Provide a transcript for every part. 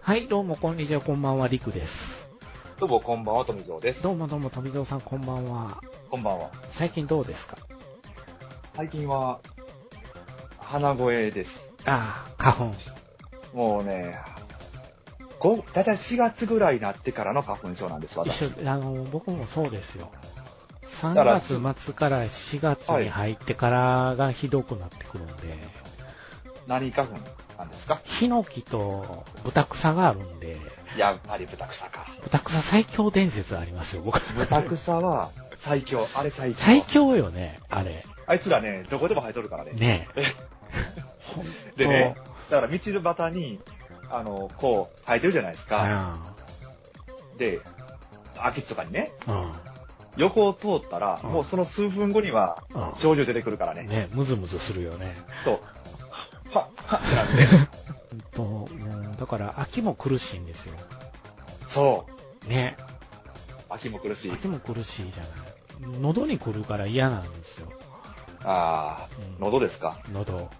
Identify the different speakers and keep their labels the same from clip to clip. Speaker 1: はい、どうも、こんにちは、こんばんは、りくです。
Speaker 2: どうもこんばんは、富蔵です。
Speaker 1: どうもどうも、富蔵さん、こんばんは。
Speaker 2: こんばんは。
Speaker 1: 最近どうですか
Speaker 2: 最近は、鼻声です。
Speaker 1: ああ、花粉。
Speaker 2: もうね、ご、だいたい4月ぐらいになってからの花粉症なんです、
Speaker 1: 一
Speaker 2: 私。
Speaker 1: 緒、あの、僕もそうですよ。3
Speaker 2: から
Speaker 1: 月末から4月に入ってからがひどくなってくるんで、
Speaker 2: 何花粉なんですか
Speaker 1: ヒノキとブタクサがあるんで、
Speaker 2: やっぱりブタクサか。
Speaker 1: ブタクサ最強伝説ありますよ、僕。
Speaker 2: ブタクサは 最強。あれ最強。
Speaker 1: 最強よね、あれ。
Speaker 2: あいつらね、どこでも生えとるからね。
Speaker 1: ねえ。ほんと
Speaker 2: でね、だから道端に、あの、こう、生えてるじゃないですか。で、秋とかにね、
Speaker 1: うん。うん。
Speaker 2: 横を通ったら、
Speaker 1: うん
Speaker 2: もうその数分後には
Speaker 1: うん、
Speaker 2: 症状出てくるからね。
Speaker 1: ね、ムズムズするよね。
Speaker 2: そう。は、はってなって。
Speaker 1: ほんと、もうだから秋も苦しいんですよ。
Speaker 2: そう。
Speaker 1: ね。
Speaker 2: 秋も苦しい。
Speaker 1: 秋も苦しいじゃない。喉に来るから嫌なんですよ。
Speaker 2: ああ、
Speaker 1: うん
Speaker 2: 喉ですか。
Speaker 1: 喉。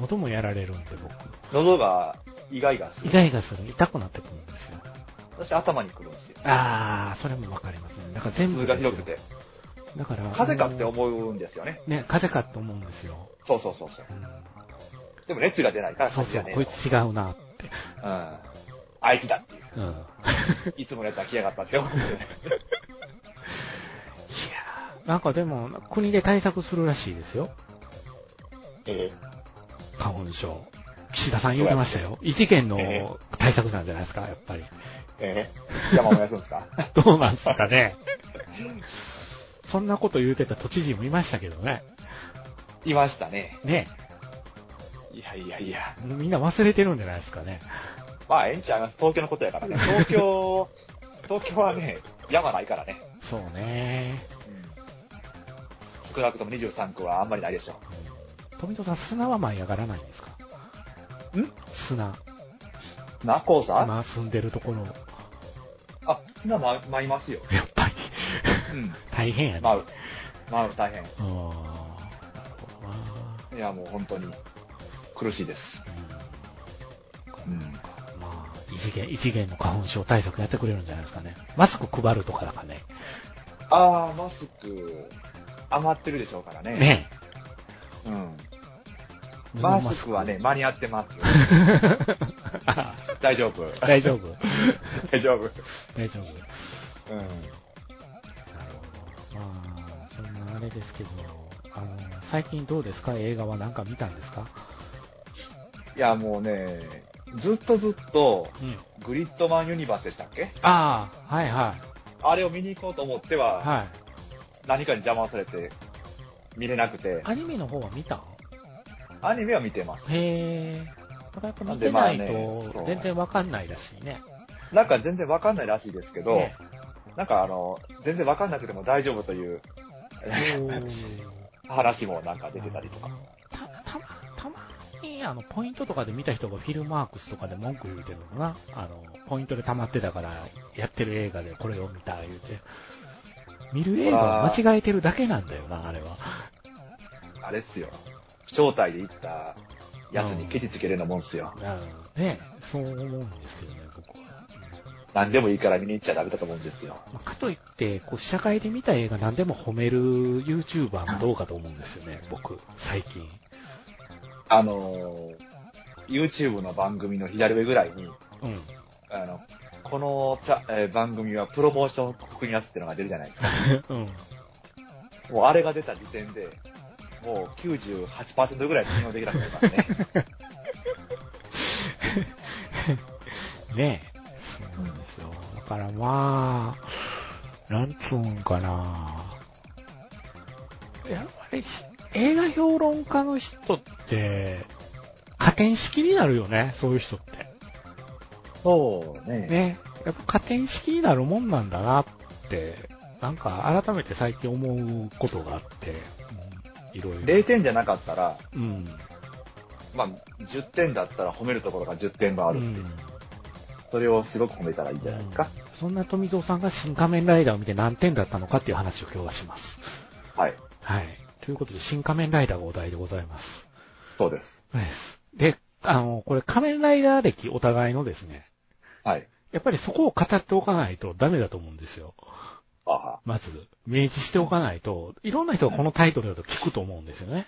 Speaker 1: 喉もやられるんで僕。
Speaker 2: 喉が、イガイガす
Speaker 1: イ
Speaker 2: る。
Speaker 1: ガイガする。痛くなってくるんですよ。
Speaker 2: そして頭に来るんですよ。
Speaker 1: あー、それもわかりますね。だから全部
Speaker 2: 痛
Speaker 1: です
Speaker 2: がひ
Speaker 1: よ
Speaker 2: どくて。
Speaker 1: だから。
Speaker 2: 風邪かって
Speaker 1: う。
Speaker 2: 思うんですよね。
Speaker 1: ね、風邪かって思うんですよ。
Speaker 2: そうそうそうそう。
Speaker 1: うん、
Speaker 2: でも熱が出ないから、
Speaker 1: そうそ
Speaker 2: 風
Speaker 1: う、
Speaker 2: 邪
Speaker 1: こい
Speaker 2: じ
Speaker 1: つ違うなって。
Speaker 2: ゃねえとうん。あいつだっていう。
Speaker 1: うん。いや
Speaker 2: いつものやつは来やがったって思う。
Speaker 1: ーなんかでも、国で対策するらしいですよ。
Speaker 2: ええ
Speaker 1: 花粉症。岸田さん言ってましたよ。異次元の対策なんじゃないですか、やっぱり。
Speaker 2: ええ山燃やすんですか
Speaker 1: どうなんすかね。 そんなこと言うてた都知事もいましたけどね。
Speaker 2: いましたね。
Speaker 1: ね。
Speaker 2: いやいやいや。
Speaker 1: もうみんな忘れてるんじゃないですかね。
Speaker 2: まあ、ええんちゃいます。東京のことやからね。東京、東京はね、山ないからね。
Speaker 1: そうね。
Speaker 2: 少なくとも23区はあんまりないでしょ。
Speaker 1: うん富戸さん、砂は舞い上がらないんですか
Speaker 2: ん
Speaker 1: 砂。
Speaker 2: な、黄砂
Speaker 1: 今住んでるところ。
Speaker 2: あ、砂ま、舞いますよ。
Speaker 1: やっぱり。
Speaker 2: うん。
Speaker 1: 大変やね。
Speaker 2: 舞う。舞う、大変。
Speaker 1: うん。なるほどな。
Speaker 2: いや、もう本当に、苦しいです。
Speaker 1: う
Speaker 2: うんん。
Speaker 1: まあ、異次元、異次元の花粉症対策やってくれるんじゃないですかね。マスク配るとかだからね。
Speaker 2: あー、マスク、余ってるでしょうからね。
Speaker 1: ね
Speaker 2: うん。
Speaker 1: 布
Speaker 2: マスクは ね、間に合って ます。大丈夫。
Speaker 1: 大丈 夫。
Speaker 2: 大丈夫。
Speaker 1: 大丈夫。
Speaker 2: うん。
Speaker 1: なるほど。まあ、そんなあれですけど、あの、最近どうですか映画はなんか見たんですか
Speaker 2: いや、もうね、ずっとずっと、
Speaker 1: うん。
Speaker 2: グリッドマンユニバースでしたっけ
Speaker 1: ああ、はいはい。
Speaker 2: あれを見に行こうと思っては、
Speaker 1: はい。
Speaker 2: 何かに邪魔されて、見れなくて、
Speaker 1: アニメの方は見た
Speaker 2: アニメは見てます。
Speaker 1: へえ。だからやっぱ見てない
Speaker 2: なんでまあねそ
Speaker 1: と
Speaker 2: う
Speaker 1: 全然わかんないらしいね。
Speaker 2: なんか全然わかんないらしいですけど、
Speaker 1: ね
Speaker 2: なんかあの、全然わかんなくても大丈夫という
Speaker 1: おー
Speaker 2: 話もなんか出てたりとか。
Speaker 1: た、たま、たまに、あの、ポイントとかで見た人がフィルマークスとかで文句言うてるのかなあの、ポイントで溜まってたから、やってる映画でこれを見た、言うて。見る映画を間違えてるだけなんだよな、あれは。
Speaker 2: あれっすよ。招待で行ったやつにケチつけるようなもんっすよ。
Speaker 1: うんね、そう思うんですけどね、僕は。
Speaker 2: 何でもいいから見に行っちゃダメだと思うんですよ。
Speaker 1: まあ、かといって、こう、社会で見た映画何でも褒める YouTuber もどうかと思うんですよね、僕、最近。
Speaker 2: あのー、YouTube の番組の左上ぐらいに、
Speaker 1: うん。
Speaker 2: あの、このチャ、えー番組はプロモーション広告にやすってのが出るじゃないですか。
Speaker 1: うん。
Speaker 2: もうあれが出た時点で、もう98%ぐらい信用できなくなりますね。
Speaker 1: ねえ。そうなんですよ。だからまあ、なんつうんかな。やっぱりし映画評論家の人って、加点式になるよね、そういう人って。
Speaker 2: そうね
Speaker 1: ね。やっぱ加点式になるもんなんだなって、なんか改めて最近思うことがあって、うんいろい
Speaker 2: 0
Speaker 1: ろ。
Speaker 2: 点じゃなかったら、
Speaker 1: うん。
Speaker 2: まあ、10点だったら褒めるところが10点があるっていう、
Speaker 1: うん
Speaker 2: それをすごく褒めたらいいんじゃないですか。
Speaker 1: うんそんな富蔵さんが新仮面ライダーを見て何点だったのかっていう話を今日はします。
Speaker 2: はい。
Speaker 1: はい。ということで、新仮面ライダーがお題でございます。
Speaker 2: そうです。
Speaker 1: そうです。で、あの、これ仮面ライダー歴お互いのですね、
Speaker 2: はい。
Speaker 1: やっぱりそこを語っておかないとダメだと思うんですよ。
Speaker 2: ああ、
Speaker 1: まず、明示しておかないと、いろんな人がこのタイトルだと聞くと思うんですよね。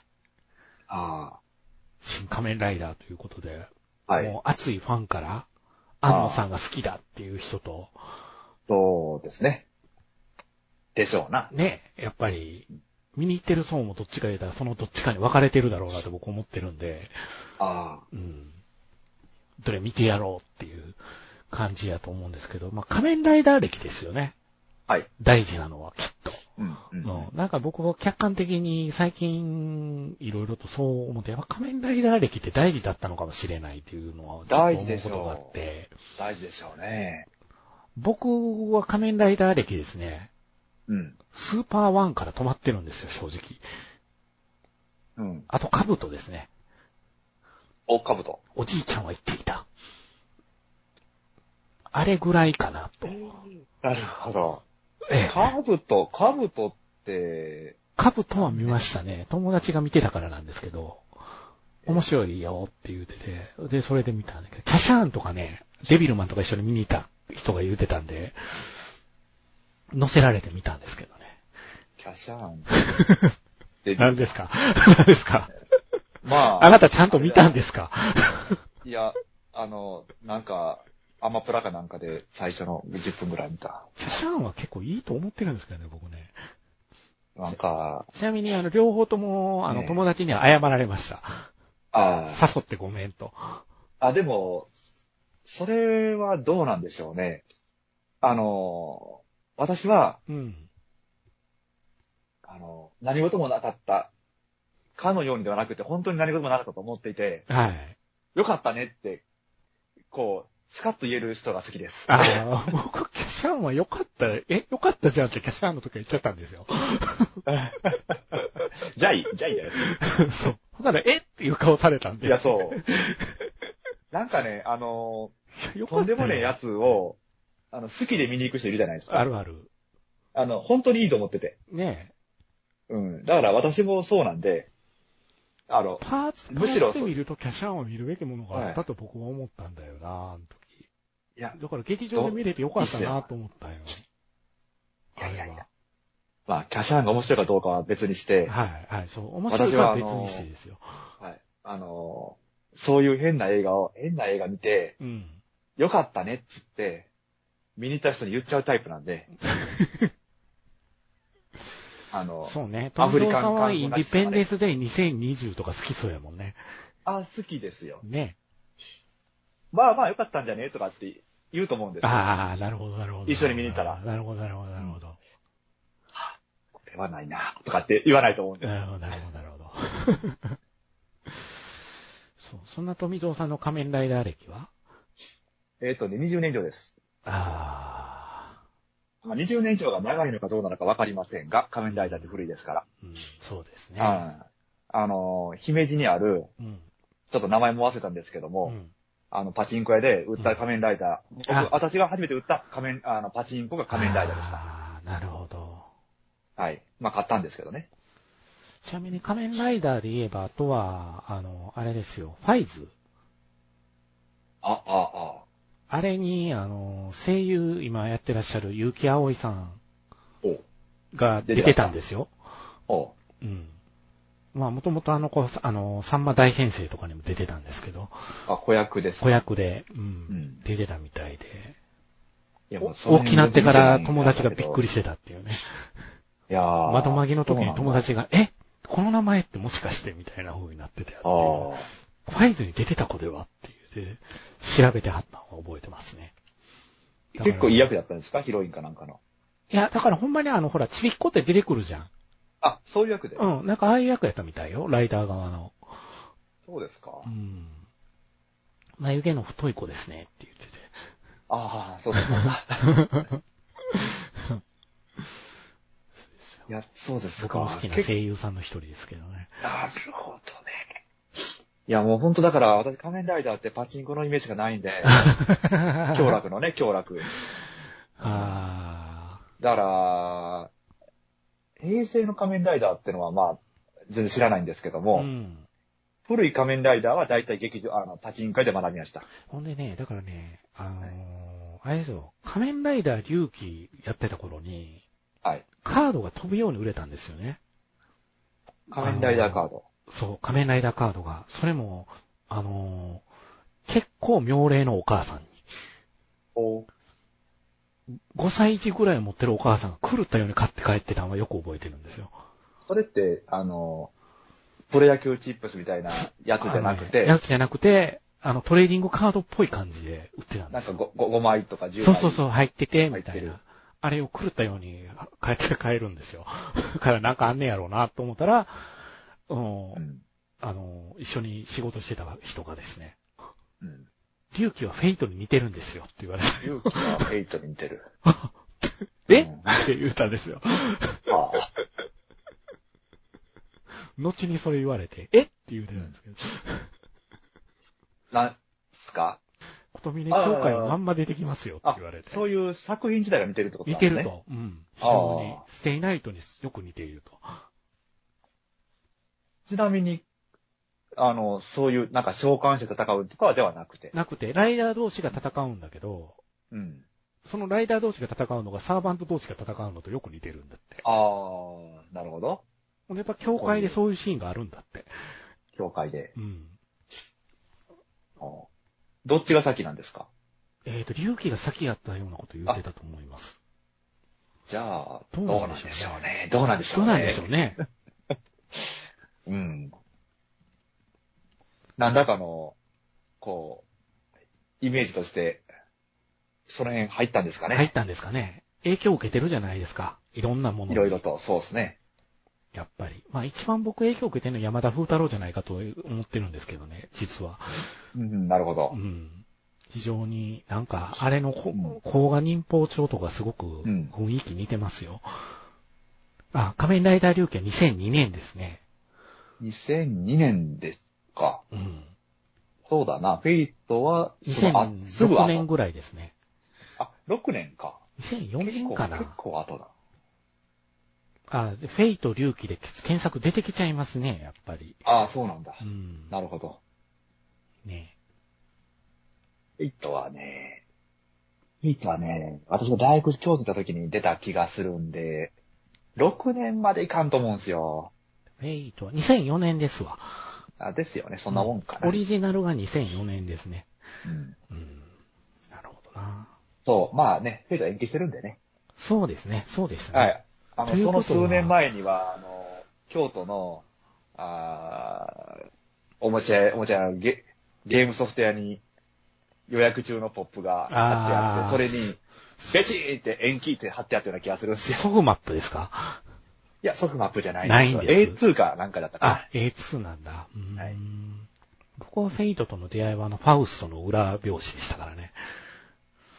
Speaker 2: あ
Speaker 1: 新仮面ライダーということで、
Speaker 2: あ、はい。
Speaker 1: もう熱いファンから、安野さんが好きだっていう人と、
Speaker 2: そうですね。でしょうな。
Speaker 1: ね、やっぱり、見に行ってる層もどっちか言うたら、そのどっちかに分かれてるだろうなと僕思ってるんで、
Speaker 2: あ
Speaker 1: うん。どれ見てやろうっていう感じやと思うんですけど、まあ、仮面ライダー歴ですよね。
Speaker 2: あ、はい。
Speaker 1: 大事なのは、きっと。
Speaker 2: うん、うん。
Speaker 1: うん、なんか僕は客観的に最近いろいろとそう思って、やっぱ仮面ライダー歴って大事だったのかもしれないっていうのはちょっと思うことがあって、
Speaker 2: 大事でしょうね。
Speaker 1: 僕は仮面ライダー歴ですね、
Speaker 2: うん。
Speaker 1: スーパーワンから止まってるんですよ、正直。
Speaker 2: うん。
Speaker 1: あとカブトですね。
Speaker 2: お、かぶと。
Speaker 1: おじいちゃんは言っていた。あれぐらいかなと。
Speaker 2: なるほど。
Speaker 1: ええ、
Speaker 2: かぶと、かぶとって、
Speaker 1: カブトは見ましたね。友達が見てたからなんですけど、面白いよって言うてて、で、それで見たんだけど、キャシャーンとかね、デビルマンとか一緒に見に行った人が言うてたんで、乗せられて見たんですけどね。
Speaker 2: キャシャーン。
Speaker 1: 何ですか何ですか
Speaker 2: まあ、
Speaker 1: あなたちゃんと見たんですか
Speaker 2: いや、あの、なんか、アマプラかなんかで最初の10分ぐらい見た。
Speaker 1: キャシャーンは結構いいと思ってるんですけどね、僕ね。
Speaker 2: なんか、
Speaker 1: ちなみに、あの、両方とも、あの、
Speaker 2: ね
Speaker 1: 友達には謝られました。
Speaker 2: あー
Speaker 1: 誘ってごめんと。
Speaker 2: あ、でも、それはどうなんでしょうね。あの、私は、
Speaker 1: うん。
Speaker 2: あの、何事もなかった。かのようにではなくて、本当に何事もなかったと思っていて、
Speaker 1: はい。
Speaker 2: よかったねって、こう、スカッと言える人が好きです。
Speaker 1: ああ、僕、キャシャンは良かった、え、良かったじゃんってキャシャンの時は言っちゃったんですよ。
Speaker 2: じゃあいい、じゃあいいだよ。
Speaker 1: そう。 ほんなら、えっていう顔されたんで。
Speaker 2: いや、そう。なんかね、あの、
Speaker 1: いや、良か
Speaker 2: と
Speaker 1: ったよ
Speaker 2: んでもねえやつを、あの、好きで見に行く人いるじゃないですか。
Speaker 1: あるある。
Speaker 2: あの、本当にいいと思ってて。
Speaker 1: ねえ。
Speaker 2: うん。だから私もそうなんで、あの、
Speaker 1: パーツ、
Speaker 2: むしろ
Speaker 1: パーツで見るとキャシャンを見るべきものがあったと僕は思ったんだよな、あの時。
Speaker 2: いや、
Speaker 1: だから劇場で見れて良かったなと思ったよ。
Speaker 2: いやいやい
Speaker 1: あ
Speaker 2: やまあ、キャシャーンが面白いかどうかは別にして、
Speaker 1: れは。はい、はい、そう。面白いのは別にしてですよ。
Speaker 2: はい。あのーそういう変な映画を、変な映画見て、
Speaker 1: うん。
Speaker 2: よかったねっつって、見に行った人に言っちゃうタイプな んで。あの、
Speaker 1: そうね。
Speaker 2: ア
Speaker 1: ト
Speaker 2: フ
Speaker 1: ム
Speaker 2: リ
Speaker 1: ゾ
Speaker 2: カ
Speaker 1: ウ
Speaker 2: ン
Speaker 1: さんはインディペンデン
Speaker 2: 観
Speaker 1: スデイ2020とか好きそうやもんね。
Speaker 2: あ、好きですよ。
Speaker 1: ね。
Speaker 2: まあまあよかったんじゃねとかって言うと思うんですよ。
Speaker 1: ああ、なるほど、なるほど。
Speaker 2: 一緒に見に行ったら
Speaker 1: なるほど、なるほど、なるほど。
Speaker 2: これはないな、とかって言わないと思うんです。
Speaker 1: なるほど、なるほど、なるほど。 そう、そんな富蔵さんの仮面ライダー歴は
Speaker 2: えっ、とね、20年以上です。
Speaker 1: ああ、
Speaker 2: まあ20年以上が長いのかどうなのかわかりませんが、仮面ライダーって古いですから。
Speaker 1: うん、そうですね。
Speaker 2: ああのー、姫路にある、
Speaker 1: うん。
Speaker 2: ちょっと名前も忘れたんですけども、
Speaker 1: うん。
Speaker 2: あの、パチンコ屋で売った仮面ライダー。僕
Speaker 1: あ
Speaker 2: 私が初めて売った仮面、あの、パチンコが仮面ライダーでした。
Speaker 1: ああ、なるほど。
Speaker 2: はい。まあ、買ったんですけどね。
Speaker 1: ちなみに仮面ライダーで言えば、あとは、あの、あれですよ、ファイズ。
Speaker 2: あ、あ、
Speaker 1: あれに、あの、声優、今やってらっしゃる結城葵さん
Speaker 2: あ、おう
Speaker 1: が出てたんですよ。
Speaker 2: おう
Speaker 1: うん。まあ、もともとあの子、あの、さんま大先生とかにも出てたんですけど、
Speaker 2: あ、子役です。
Speaker 1: 子役で、うん、
Speaker 2: ん
Speaker 1: 出てたみたいで、
Speaker 2: いやもうその
Speaker 1: 大
Speaker 2: 辺
Speaker 1: きなってから友達がびっくり
Speaker 2: い
Speaker 1: してたっていうね。
Speaker 2: やー
Speaker 1: 窓まぎの時に友
Speaker 2: そ
Speaker 1: 達が、えこの名前ってもしかしてみたいな風になってたやって
Speaker 2: うなんだ
Speaker 1: いう。ファイズに出てた子ではっていうで、調べてはったのを覚えてますね。
Speaker 2: あー結構いい役
Speaker 1: だか
Speaker 2: だったんですかヒロインかなんかの。
Speaker 1: ら。いや、だからほんまにあの、ほら、ちびっこって出てくるじゃん。
Speaker 2: あ、そういう役で。
Speaker 1: うん、なんかああいう役やったみたいよ、ライター側の。
Speaker 2: そうですか。
Speaker 1: うん。眉毛の太い子ですねって言ってて。
Speaker 2: ああ、そうですか。 いや、そうです
Speaker 1: 僕
Speaker 2: か。
Speaker 1: も好きな
Speaker 2: 結
Speaker 1: 声優さんの一人ですけどね。
Speaker 2: 構なるほどね。いや、もう本当だから、私仮面ライダーってパチンコのイメージがない んで、強楽のね、強楽。
Speaker 1: あ
Speaker 2: だから、平成の仮面ライダーってのはまあ、全然知らないんですけど
Speaker 1: あ。う
Speaker 2: も、
Speaker 1: ん。
Speaker 2: 古い仮面ライダーは大体劇場、あの、パチンコ屋で学びました。
Speaker 1: ほんでね、だからね、あのーあれですよ、仮面ライダー龍騎やってた頃に、
Speaker 2: はい。
Speaker 1: カードが飛ぶように売れたんですよね。
Speaker 2: 仮面ライダーカード。
Speaker 1: そう、仮面ライダーカードが。それも、あのー結構妙齢のお母さんに、
Speaker 2: お
Speaker 1: 5歳児ぐらい持ってるお母さんが狂ったように買って帰ってたのはよく覚えてるんですよ。
Speaker 2: それって、あの、プロ野球チップスみたいなやつじゃなく
Speaker 1: あの
Speaker 2: て、
Speaker 1: ねやつじゃなくて、あの、トレーディングカードっぽい感じで売ってたんで
Speaker 2: なん
Speaker 1: す
Speaker 2: か
Speaker 1: よ。
Speaker 2: ごご 5, 枚とか10枚。。
Speaker 1: そうそうそうう、入ってて、みた
Speaker 2: 入っ
Speaker 1: い
Speaker 2: てる
Speaker 1: な。あれを狂ったように変えて変えるんですよ。 だからなんかあんねやろうなと思ったら、うん
Speaker 2: うん。
Speaker 1: あの、一緒に仕事してた人がですね、
Speaker 2: うん。
Speaker 1: 龍騎はフェイトに似てるんですよって言われて、
Speaker 2: 勇気はフェイトに似てる。
Speaker 1: え
Speaker 2: うん
Speaker 1: って言ったんですよ。
Speaker 2: ああ
Speaker 1: 後にそれ言われて、えって言うてたんですけど、
Speaker 2: なんすか
Speaker 1: 琴峰協会もあんま出てきますよって
Speaker 2: あ
Speaker 1: 言われ、て、
Speaker 2: そういう作品自体が似てるってこと
Speaker 1: 似
Speaker 2: なん
Speaker 1: て
Speaker 2: ですね。
Speaker 1: る。と。うん。非
Speaker 2: あー
Speaker 1: 常に、ステイナイトによく似ていると。
Speaker 2: ちなみに、あの、そういう、なんか召喚して戦うとかではなくて。
Speaker 1: なくて、ライダー同士が戦うんだけど、
Speaker 2: うん。
Speaker 1: そのライダー同士が戦うのがサーバント同士が戦うのとよく似てるんだって。
Speaker 2: ああ、なるほど。
Speaker 1: ほんでやっぱ教会でそういうシーンがあるんだって。
Speaker 2: 教会で。
Speaker 1: うん。
Speaker 2: ああどっちが先なんですか
Speaker 1: えっ、と、龍騎が先やったようなこと言ってたと思います。
Speaker 2: じゃあ、
Speaker 1: ど
Speaker 2: ど
Speaker 1: う
Speaker 2: う
Speaker 1: な
Speaker 2: なんん
Speaker 1: で
Speaker 2: で
Speaker 1: し
Speaker 2: し
Speaker 1: ょ
Speaker 2: ょ
Speaker 1: う
Speaker 2: う
Speaker 1: ね
Speaker 2: ね。どうなんでしょ
Speaker 1: ど
Speaker 2: うね。
Speaker 1: うなんでしょうね。
Speaker 2: うん。なんだかの、こう、イメージとして、その辺入ったんですかね。
Speaker 1: 入ったんですかね。影響を受けてるじゃないですか。いろんなものに
Speaker 2: いろいろ。と、そうですね。
Speaker 1: やっぱり。まあ一番僕影響を受けてるのは山田風太郎じゃないかと思ってるんですけどね、実は。
Speaker 2: うん、なるほ
Speaker 1: う
Speaker 2: ど。
Speaker 1: ん。非常になんか、あれのこ
Speaker 2: うん
Speaker 1: 甲賀忍法帳とかすごく
Speaker 2: ん
Speaker 1: 雰囲気似てますよ。あ、仮面ライダー龍騎は2002年ですね。
Speaker 2: 2002年ですか。
Speaker 1: うん。
Speaker 2: そうだな。フェイトは、そのあすぐ
Speaker 1: 2006年
Speaker 2: 後。
Speaker 1: ぐらいですね。
Speaker 2: あ、6年か。
Speaker 1: 2004年か
Speaker 2: 結
Speaker 1: な。
Speaker 2: 構後だ。
Speaker 1: あ、フェイと隆起で検索出てきちゃいますね、やっぱり。
Speaker 2: ああ、そうなんだ
Speaker 1: う。ん。
Speaker 2: なるほど。
Speaker 1: ね
Speaker 2: フェイトはね、フェイトはね、私が大学教授いた時に出た気がするんで、6年までいかんと思うんですよ。
Speaker 1: フェイトは2004年ですわ。
Speaker 2: あですよね、そんなもんかな。
Speaker 1: オリジナルが2004年ですね。
Speaker 2: うん
Speaker 1: うん。なるほどな。
Speaker 2: そう、まあね、フェイトは延期してるんでね。
Speaker 1: そうですね、そうでしたね。
Speaker 2: はい。あ
Speaker 1: と
Speaker 2: の、
Speaker 1: いうこ
Speaker 2: そ
Speaker 1: とは
Speaker 2: の数年前には、あの、京都の、あーおもちゃ屋、おもちゃ屋のゲ、ゲームソフト屋に予約中のポップが貼ってあ
Speaker 1: あー
Speaker 2: って、それに、ベチーンって延期って貼ってあったような気がするんですよ。
Speaker 1: ソフマップですか
Speaker 2: いや、ソフマップじゃない
Speaker 1: ないんです
Speaker 2: A2 かなんかだったか
Speaker 1: あ、A2 なんだ。うん。
Speaker 2: はい
Speaker 1: 僕はフェイトとの出会いはあの、ファウストの裏表紙でしたからね。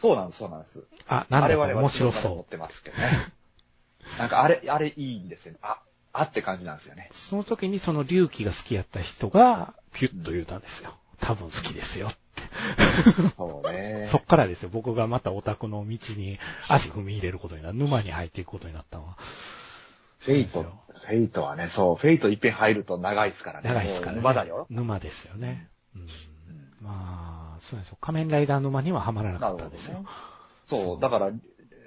Speaker 2: な。そうなんです、そうなんです。
Speaker 1: あ、なんだ
Speaker 2: あれ
Speaker 1: か
Speaker 2: はね、
Speaker 1: 面白
Speaker 2: 私の中で持
Speaker 1: そ
Speaker 2: ってますけどね。なんかあれ、あれいいんですよね。あ、あって感じなんですよね。
Speaker 1: う。その時にその隆起が好きやった人が、ピュッと言うたんですよ。多分好きですよって。
Speaker 2: そうね。
Speaker 1: そっからですよ。僕がまたオタクの道に足踏み入れることになる。沼に入っていくことになったのは。
Speaker 2: フェイト、フェイトはね、そう、フェイト一遍入ると長いですからね。
Speaker 1: 長いですからね。
Speaker 2: もう沼だよ。
Speaker 1: 沼ですよね。うん、まあ、そうなんですよ。仮面ライダー沼にはハマらなかったんですよ。
Speaker 2: なるそう、だから、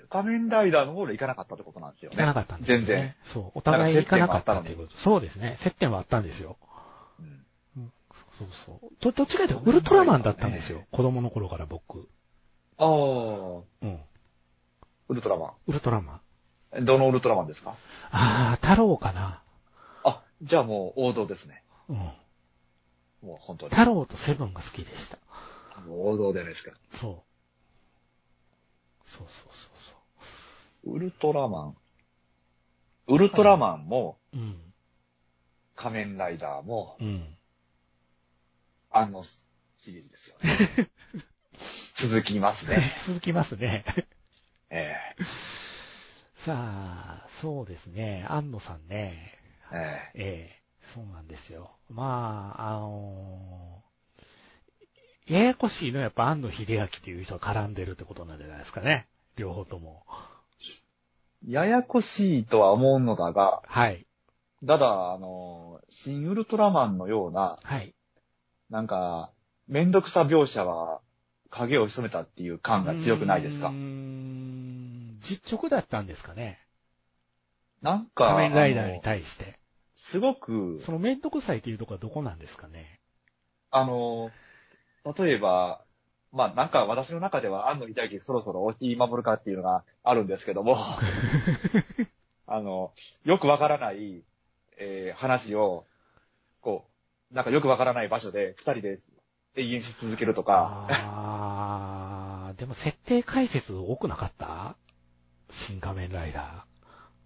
Speaker 2: 仮面ライダーの方で行かなかったってことなんですよ
Speaker 1: 行
Speaker 2: ね。
Speaker 1: かなかったんですよ、ね。
Speaker 2: 全然。。
Speaker 1: そう。お互い行かなかったっていうこと。そうですね。接点はあったんですよ。
Speaker 2: うん
Speaker 1: そうそう。ど、どっちかというとウルトラマンだったんですよ。子供の頃から僕。
Speaker 2: ああ、
Speaker 1: うん。
Speaker 2: ウルトラマ
Speaker 1: ウルトラマン。
Speaker 2: ン。どのウルトラマンですか
Speaker 1: ああ、太郎かな。
Speaker 2: あ、じゃあもう王道ですね。
Speaker 1: うん。
Speaker 2: もう本当に。
Speaker 1: 太郎とセブンが好きでした。
Speaker 2: 王道じゃないですか。
Speaker 1: そう。そうそうそうそ
Speaker 2: ウルトラマン。ウルトラマンも、
Speaker 1: う。うん。
Speaker 2: 仮面ライダーも、
Speaker 1: うん。
Speaker 2: あのシリーズですよね。 続きますね。
Speaker 1: 続きますね。
Speaker 2: え
Speaker 1: さあ、そうですね。安野さんね。
Speaker 2: えええ
Speaker 1: ええ、そうなんですよ。まあ、あのーややこしいのはやっぱ安野秀明という人が絡んでるってことなんじゃないですかね。両方とも。
Speaker 2: ややこしいとは思うのだが、
Speaker 1: はい。
Speaker 2: ただ、あの、新ウルトラマンのような、
Speaker 1: はい。
Speaker 2: なんか、めんどくさ描写は影を潜めたっていう感が強くないです
Speaker 1: うー
Speaker 2: か
Speaker 1: ん実直だったんですかね。
Speaker 2: なんか、
Speaker 1: 仮面ライダーに
Speaker 2: あの
Speaker 1: 対して。
Speaker 2: すごく、
Speaker 1: その面倒くさいっていうとこはどこなんですかね。
Speaker 2: あの、例えば、まあなんか私の中では安野秀明そろそろ大木守るかっていうのがあるんですけども、あの、よくわからない、えー話を、こう、なんかよくわからない場所で二人で永遠し続けるとか、
Speaker 1: あー、でも設定解説多くなかった新仮面ライダ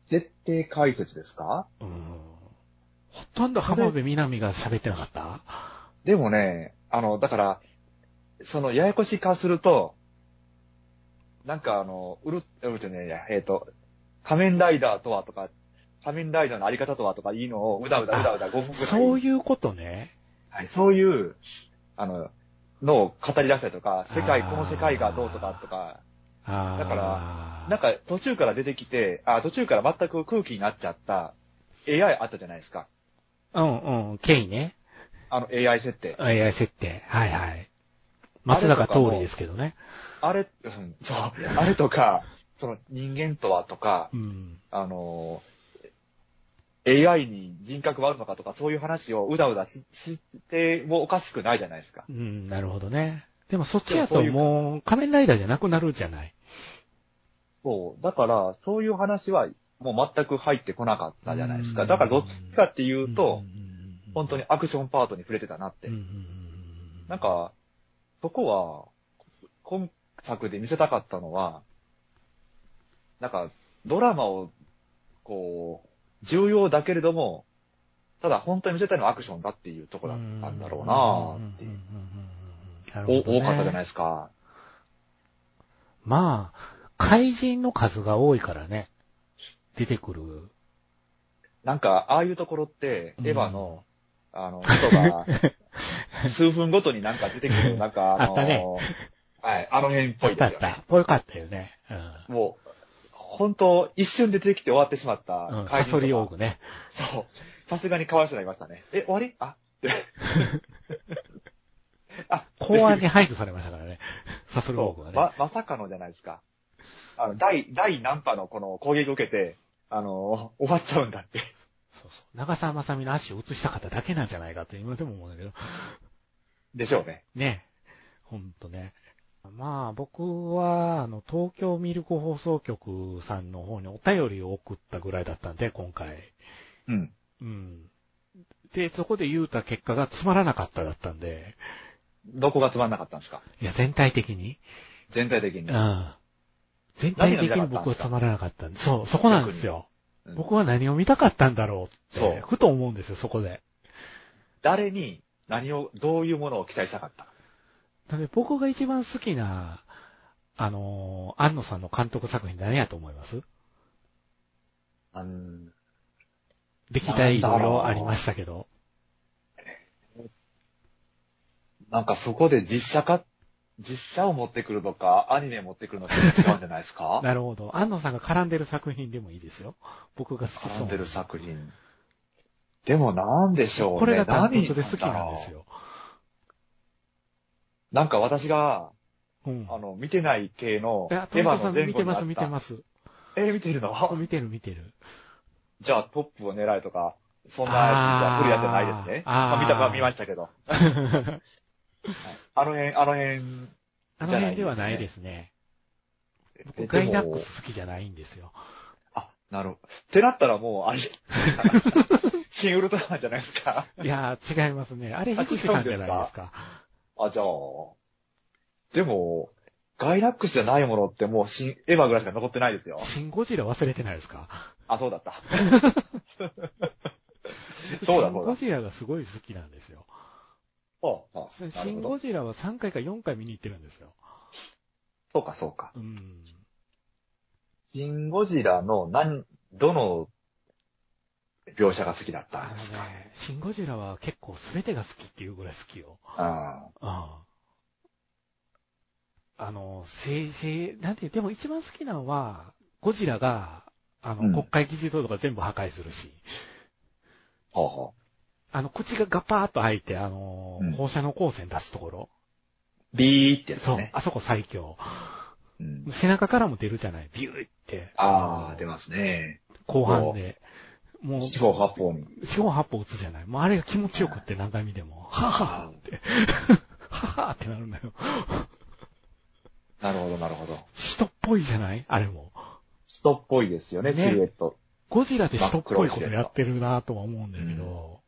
Speaker 2: 設定解説ですか
Speaker 1: ー。うん。ほとんど浜辺美波が喋ってなかった
Speaker 2: でもね、あの、だから、そのややこし化すると、なんかあの、うる、うるってね、いやえっ、と、仮面ライダーとはとか、仮面ライダーのあり方とはとかいいのをうだうだうだうだ5分くらい。
Speaker 1: そう
Speaker 2: いう、
Speaker 1: いうことね。
Speaker 2: はい、そういう、あの、のを語り出したりとか、世界、
Speaker 1: あー
Speaker 2: この世界がどうとかとか、
Speaker 1: あー。
Speaker 2: だからなんか途中から出てきて、あ、途中から全く空気になっちゃった AI あったじゃないですか。
Speaker 1: うんうん、ケイね。
Speaker 2: あの AI 設定。
Speaker 1: AI 設定。はいはい。松坂通りですけどね。
Speaker 2: あれ、うんそう、あれとか、その人間とはとか、
Speaker 1: うん。
Speaker 2: あのー、AI に人格はあるのかとか、そういう話をうだうだししてもおかしくないじゃないですか。
Speaker 1: うん、なるほどね。でもそっちや
Speaker 2: そ
Speaker 1: と
Speaker 2: ういう
Speaker 1: もう仮面ライダーじゃなくなるじゃない。
Speaker 2: そう。だから、そういう話はもう全く入ってこなかったじゃないです
Speaker 1: う
Speaker 2: か。
Speaker 1: ん
Speaker 2: だから、どっちかっていう
Speaker 1: ん
Speaker 2: と、
Speaker 1: んうん
Speaker 2: 本当にアクションパートに触れてたなって
Speaker 1: うん。うんうんうん
Speaker 2: なんか、そこは、今作で見せたかったのは、なんか、ドラマを、こう、重要だけれども、ただ本当に見せたいのはアクションだっていうとこだったんだろうなぁっていう、
Speaker 1: うんうんうんうんうんうん
Speaker 2: お多かったじゃない
Speaker 1: い
Speaker 2: ですか。
Speaker 1: まあ、怪人の数が多いからね、出てくる。
Speaker 2: なんか、ああいうところって、
Speaker 1: うん
Speaker 2: エヴァの、あの、人 が、数分ごとになんか出てくる、なんか、あ
Speaker 1: あっ
Speaker 2: の、
Speaker 1: たね
Speaker 2: はい、あの辺っぽいで
Speaker 1: だ
Speaker 2: す
Speaker 1: っ
Speaker 2: よね。
Speaker 1: た。ぽよかったよね。うん
Speaker 2: もう、本当一瞬で出てきて終わってしまった
Speaker 1: うん、サ
Speaker 2: 怪人と
Speaker 1: ソ
Speaker 2: か
Speaker 1: リオーグね。
Speaker 2: そう。さすがにかわいそうになりましたね。え、終わり あって。あ、
Speaker 1: 公安に排除されましたから ね。サソリオーグ
Speaker 2: そ
Speaker 1: は
Speaker 2: う。
Speaker 1: ね。
Speaker 2: ま、まさかのじゃないですか。あの、第、第何波のこの攻撃を受けて、あの、終わっちゃうんだって。
Speaker 1: そうそう。長澤まさみの足を映したかっただけなんじゃないかと今でも思うんだけど。
Speaker 2: でしょうね。
Speaker 1: ね。ほんとね。まあ僕は、あの、東京ミルク放送局さんの方にお便りを送ったぐらいだったんで、今回。
Speaker 2: うん。
Speaker 1: うん。で、そこで言うた結果がつまらなかっただったんで、
Speaker 2: どこがつまんなかったんですか
Speaker 1: いや、全体的に。
Speaker 2: 全体的に
Speaker 1: う。ん。全体的に僕はつまらなかったんで、そう、そこなんですよ。
Speaker 2: うん
Speaker 1: 僕は何を見たかったんだろうっ
Speaker 2: そう
Speaker 1: て、ふと思うんですよ、そこで。
Speaker 2: 誰に、何を、どういうものを期待したかった
Speaker 1: なので僕が一番好きな、あのー、安野さんの監督作品何やと思います
Speaker 2: あん、
Speaker 1: 歴代いろいろありましたけど。
Speaker 2: なんかそこで実写化、実写を持ってくるのか、アニメ持ってくるのか違うんじゃないですか
Speaker 1: なるほど。安野さんが絡んでる作品でもいいですよ。僕が好き
Speaker 2: 絡
Speaker 1: そ
Speaker 2: ん
Speaker 1: う
Speaker 2: でる作品。でもなんでしょうね。
Speaker 1: これが単
Speaker 2: 何
Speaker 1: 独で好きなんですよ。
Speaker 2: なんか私が、
Speaker 1: うん。
Speaker 2: あの、見てない系の、
Speaker 1: いや、富田さん見て
Speaker 2: にあ
Speaker 1: ま
Speaker 2: った
Speaker 1: す、見てます。
Speaker 2: えー見 てるの
Speaker 1: 見てる、見てる。
Speaker 2: じゃあトップを狙えとか、そんなやつじゃ来るやつじゃないですね。
Speaker 1: あー
Speaker 2: まあ、見たか見まし たけど。はいあの辺、あの辺、
Speaker 1: あの辺ではないですね。
Speaker 2: え
Speaker 1: 僕ガイナ
Speaker 2: で
Speaker 1: ッ
Speaker 2: も
Speaker 1: クス好きじゃないんです よ。
Speaker 2: あ、なるほど。ってなったらも う、あれ、シンウルトラマンじゃないですか。
Speaker 1: いやー、違いますね。あれ、ひじきさんじゃないですか。
Speaker 2: あ、じゃあ、でも、ガイラックスじゃないものってもう新、エヴァぐらいしか残ってないですよ。
Speaker 1: シンゴジラ忘れてないですか
Speaker 2: あ、そう だった。
Speaker 1: シ
Speaker 2: そうだ
Speaker 1: ン
Speaker 2: そう
Speaker 1: ゴ
Speaker 2: だ。
Speaker 1: ジラがすごい好きなんですよ。
Speaker 2: ああな
Speaker 1: シ
Speaker 2: る
Speaker 1: ン
Speaker 2: ほど
Speaker 1: ゴジラは3回か4回見に行ってるんですよ。
Speaker 2: そうか、そうか。
Speaker 1: うん。
Speaker 2: シン・ゴジラの何、どの描写が好きだった
Speaker 1: あ
Speaker 2: んです
Speaker 1: の
Speaker 2: か、
Speaker 1: ね、シンゴジラは結構全てが好きっていうぐらい好きよ。
Speaker 2: あ
Speaker 1: ああの、せいせい、なんていう、でも一番好きなのは、ゴジラが、あの、
Speaker 2: うん
Speaker 1: 国会議事堂とか全部破壊するし、
Speaker 2: ああはあ、
Speaker 1: あの、口がガパーッと開いて、あのー
Speaker 2: うん
Speaker 1: 放射能光線出すところ。
Speaker 2: ビーってやつ
Speaker 1: そう
Speaker 2: ね。。
Speaker 1: あそこ最強。
Speaker 2: うん
Speaker 1: 背中からも出るじゃない。ビューって。
Speaker 2: ああ、出
Speaker 1: も。
Speaker 2: ますね。
Speaker 1: 後半で。もう、
Speaker 2: 四方八方に。
Speaker 1: 四方八方打つじゃない。もうあれが気持ちよくって何回見ても。ははって。ははってなるんだよ。
Speaker 2: なるほど、なるほど。
Speaker 1: 人っぽいじゃないあれも。
Speaker 2: 人っぽいですよね、
Speaker 1: ね
Speaker 2: シルエット。
Speaker 1: ゴジラで人っぽいことやってるなとは思うんだけど、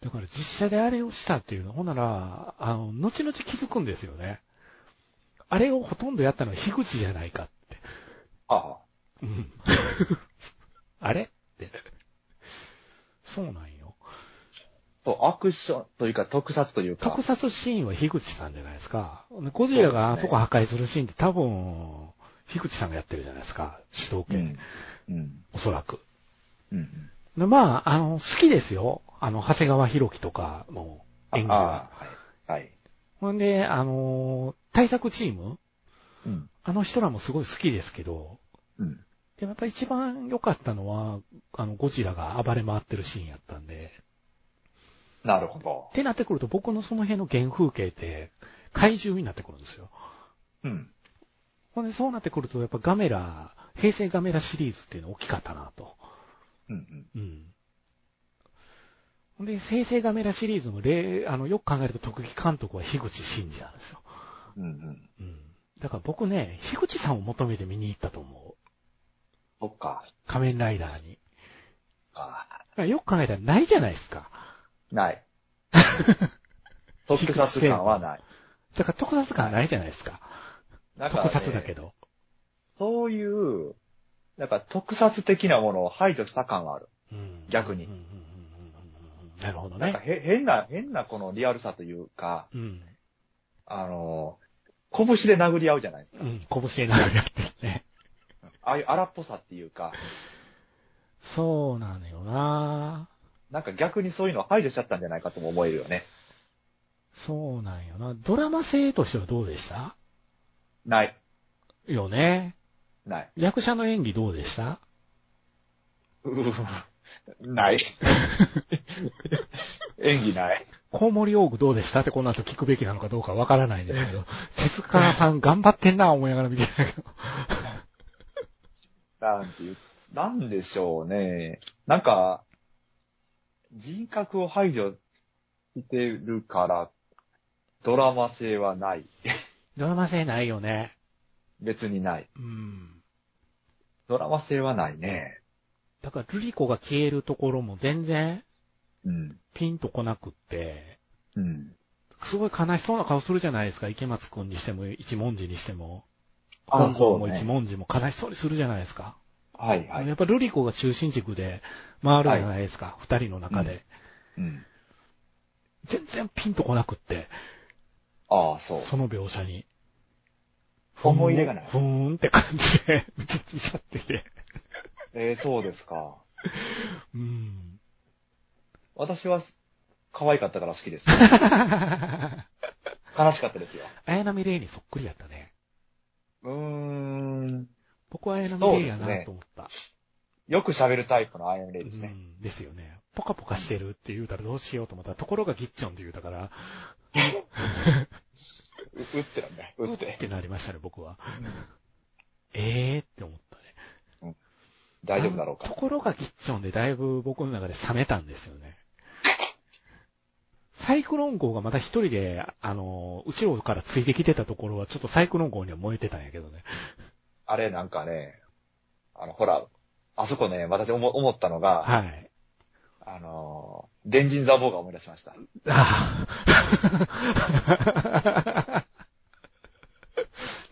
Speaker 1: だから実写であれをしたっていうの、ほんなら、あの、後々気づくんですよね。あれをほとんどやったのは樋口じゃないかって。
Speaker 2: はあはあ、
Speaker 1: うん。 あれって。そうなんよ。
Speaker 2: と、アクションというか、特撮というか
Speaker 1: 特、撮シーンは樋口さんじゃないですか。ゴジラがあそこ破壊するシーンって多分、樋口さんがやってるじゃないですか。主導
Speaker 2: う
Speaker 1: 権。
Speaker 2: ん。うん。
Speaker 1: おそらく。
Speaker 2: うん。
Speaker 1: でまあ、あの、好きですよ。あの、長谷川博己とかの演技は。
Speaker 2: ああはい。はい。
Speaker 1: ほんで、あの、対策チーム
Speaker 2: うん。
Speaker 1: あの人らもすごい好きですけど、
Speaker 2: うん。
Speaker 1: でもやっぱ一番良かったのは、あの、ゴジラが暴れ回ってるシーンやったんで、
Speaker 2: なるほど
Speaker 1: っ。てなってくると僕のその辺の原風景って、怪獣になってくるんですよ。
Speaker 2: うん。
Speaker 1: ほんで、そうなってくると、やっぱガメラ、平成ガメラシリーズっていうの大きかったなと。
Speaker 2: うん。
Speaker 1: うん。ほんで、平成ガメラシリーズの例、あの、よく考えると特技監督は樋口真嗣なんですよ。
Speaker 2: うん。うん。
Speaker 1: うん。だから僕ね、樋口さんを求めて見に行ったと思う。
Speaker 2: そっか。
Speaker 1: 仮面ライダーに。
Speaker 2: あ
Speaker 1: だからよく考えたらないじゃないですか。
Speaker 2: あない。特撮感はない。
Speaker 1: だから特撮感ないじゃないですか。
Speaker 2: なんか、
Speaker 1: 特撮だけ
Speaker 2: ど。
Speaker 1: ど。
Speaker 2: そういう、なんか特撮的なものを排除した感はある。
Speaker 1: うん
Speaker 2: 逆に
Speaker 1: うんうんうんうんうんなるほど
Speaker 2: なんか
Speaker 1: ね。
Speaker 2: へ変な、変なこのリアルさというか、
Speaker 1: うん。
Speaker 2: あの、拳で殴り合うじゃないですか
Speaker 1: う。ん。拳で殴り合ってるね。
Speaker 2: ああいう荒っぽさっていうか、
Speaker 1: そうなのよな
Speaker 2: なんか逆にそういうのを排除しちゃったんじゃないかとも思えるよね。
Speaker 1: そうなんよな。ドラマ性としてはどうでした
Speaker 2: ない。
Speaker 1: よね。
Speaker 2: ない。
Speaker 1: 役者の演技どうでした
Speaker 2: うーない。演技ない。
Speaker 1: コウモリオーグどうでしたってこの後聞くべきなのかどうかわからないですけ ど、手塚さん頑張ってんな思いながら見てたけど。
Speaker 2: なんていう、なんでしょうね。なんか、人格を排除してるから、ドラマ性はない。
Speaker 1: ドラマ性ないよね。
Speaker 2: 別にない。
Speaker 1: うん。
Speaker 2: ドラマ性はないね。
Speaker 1: だからルリコが消えるところも全然
Speaker 2: うん。
Speaker 1: ピンとこなくって、
Speaker 2: うん。
Speaker 1: すごい悲しそうな顔するじゃないですか。池松くんにしても、一文字にしても。
Speaker 2: あ
Speaker 1: 本郷
Speaker 2: そう
Speaker 1: も
Speaker 2: ね
Speaker 1: 一文字も悲しそうにするじゃないですか。
Speaker 2: はいはい。
Speaker 1: やっぱルリコが中心軸で回るじゃないですか。二、人の中で。
Speaker 2: うん。
Speaker 1: 全然ピンとこなくって、
Speaker 2: ああ、そう。
Speaker 1: その描写に。
Speaker 2: 思い入れがない
Speaker 1: ふーんって感じで見て見ちゃってて。
Speaker 2: えー、そうですか。
Speaker 1: うん。
Speaker 2: 私は、可愛かったから好きです。悲しかったですよ。
Speaker 1: 綾波レイにそっくりやったね。
Speaker 2: うーん。
Speaker 1: 僕は綾波レイやなと思った。
Speaker 2: よく喋るタイプのアイアンレイです
Speaker 1: う
Speaker 2: ね。
Speaker 1: ん。ですよね。ポカポカしてるって言うたらどうしようと思ったら、ところがギッチョンって言うたから、
Speaker 2: う打ってなんだよ。打っ。
Speaker 1: っててなりましたね、僕は。えーって思ったね。
Speaker 2: 大丈夫だろう
Speaker 1: あのと。
Speaker 2: か
Speaker 1: ころがギッチョンでだいぶ僕の中で冷めたんですよね。サイクロン号がまた一人で、あの、後ろからついてきてたところは、ちょっとサイクロン号には燃えてたんやけどね。
Speaker 2: あれなんかね、あの、ほら、あそこね、私思思ったのが、
Speaker 1: はい。
Speaker 2: あのー、電人ザボーが思い出しました。
Speaker 1: ああ。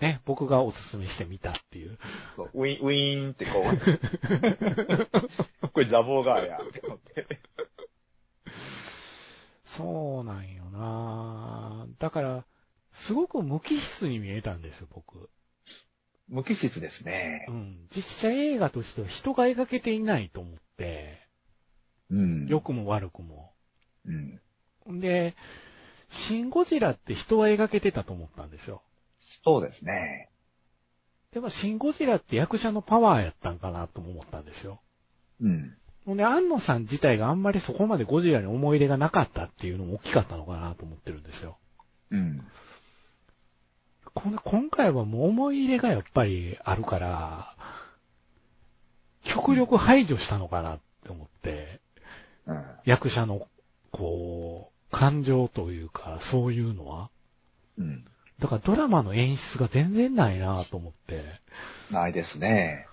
Speaker 1: ね、僕がおすすめしてみたっていう。
Speaker 2: そうウィン、ウィーンってこう。これザボーガーや。って思って
Speaker 1: そうなんよなだから、すごく無機質に見えたんですよ、僕。
Speaker 2: 無機質ですね
Speaker 1: う。ん。実写映画としては人が描けていないと思って、
Speaker 2: うん
Speaker 1: 良くも悪くも。
Speaker 2: うん。
Speaker 1: んで、シン・ゴジラって人は描けてたと思ったんですよ。
Speaker 2: そうですね。
Speaker 1: でも、シン・ゴジラって役者のパワーやったんかなとも思ったんですよ。
Speaker 2: うん。
Speaker 1: ほんで、安野さん自体があんまりそこまでゴジラに思い入れがなかったっていうのも大きかったのかなと思ってるんですよ。
Speaker 2: うん。
Speaker 1: こん今回はもう思い入れがやっぱりあるから、極力排除したのかなって思って、
Speaker 2: うん。
Speaker 1: 役者の、こう、感情というか、そういうのは。
Speaker 2: うん。
Speaker 1: だからドラマの演出が全然ないなと思って。
Speaker 2: ないですね。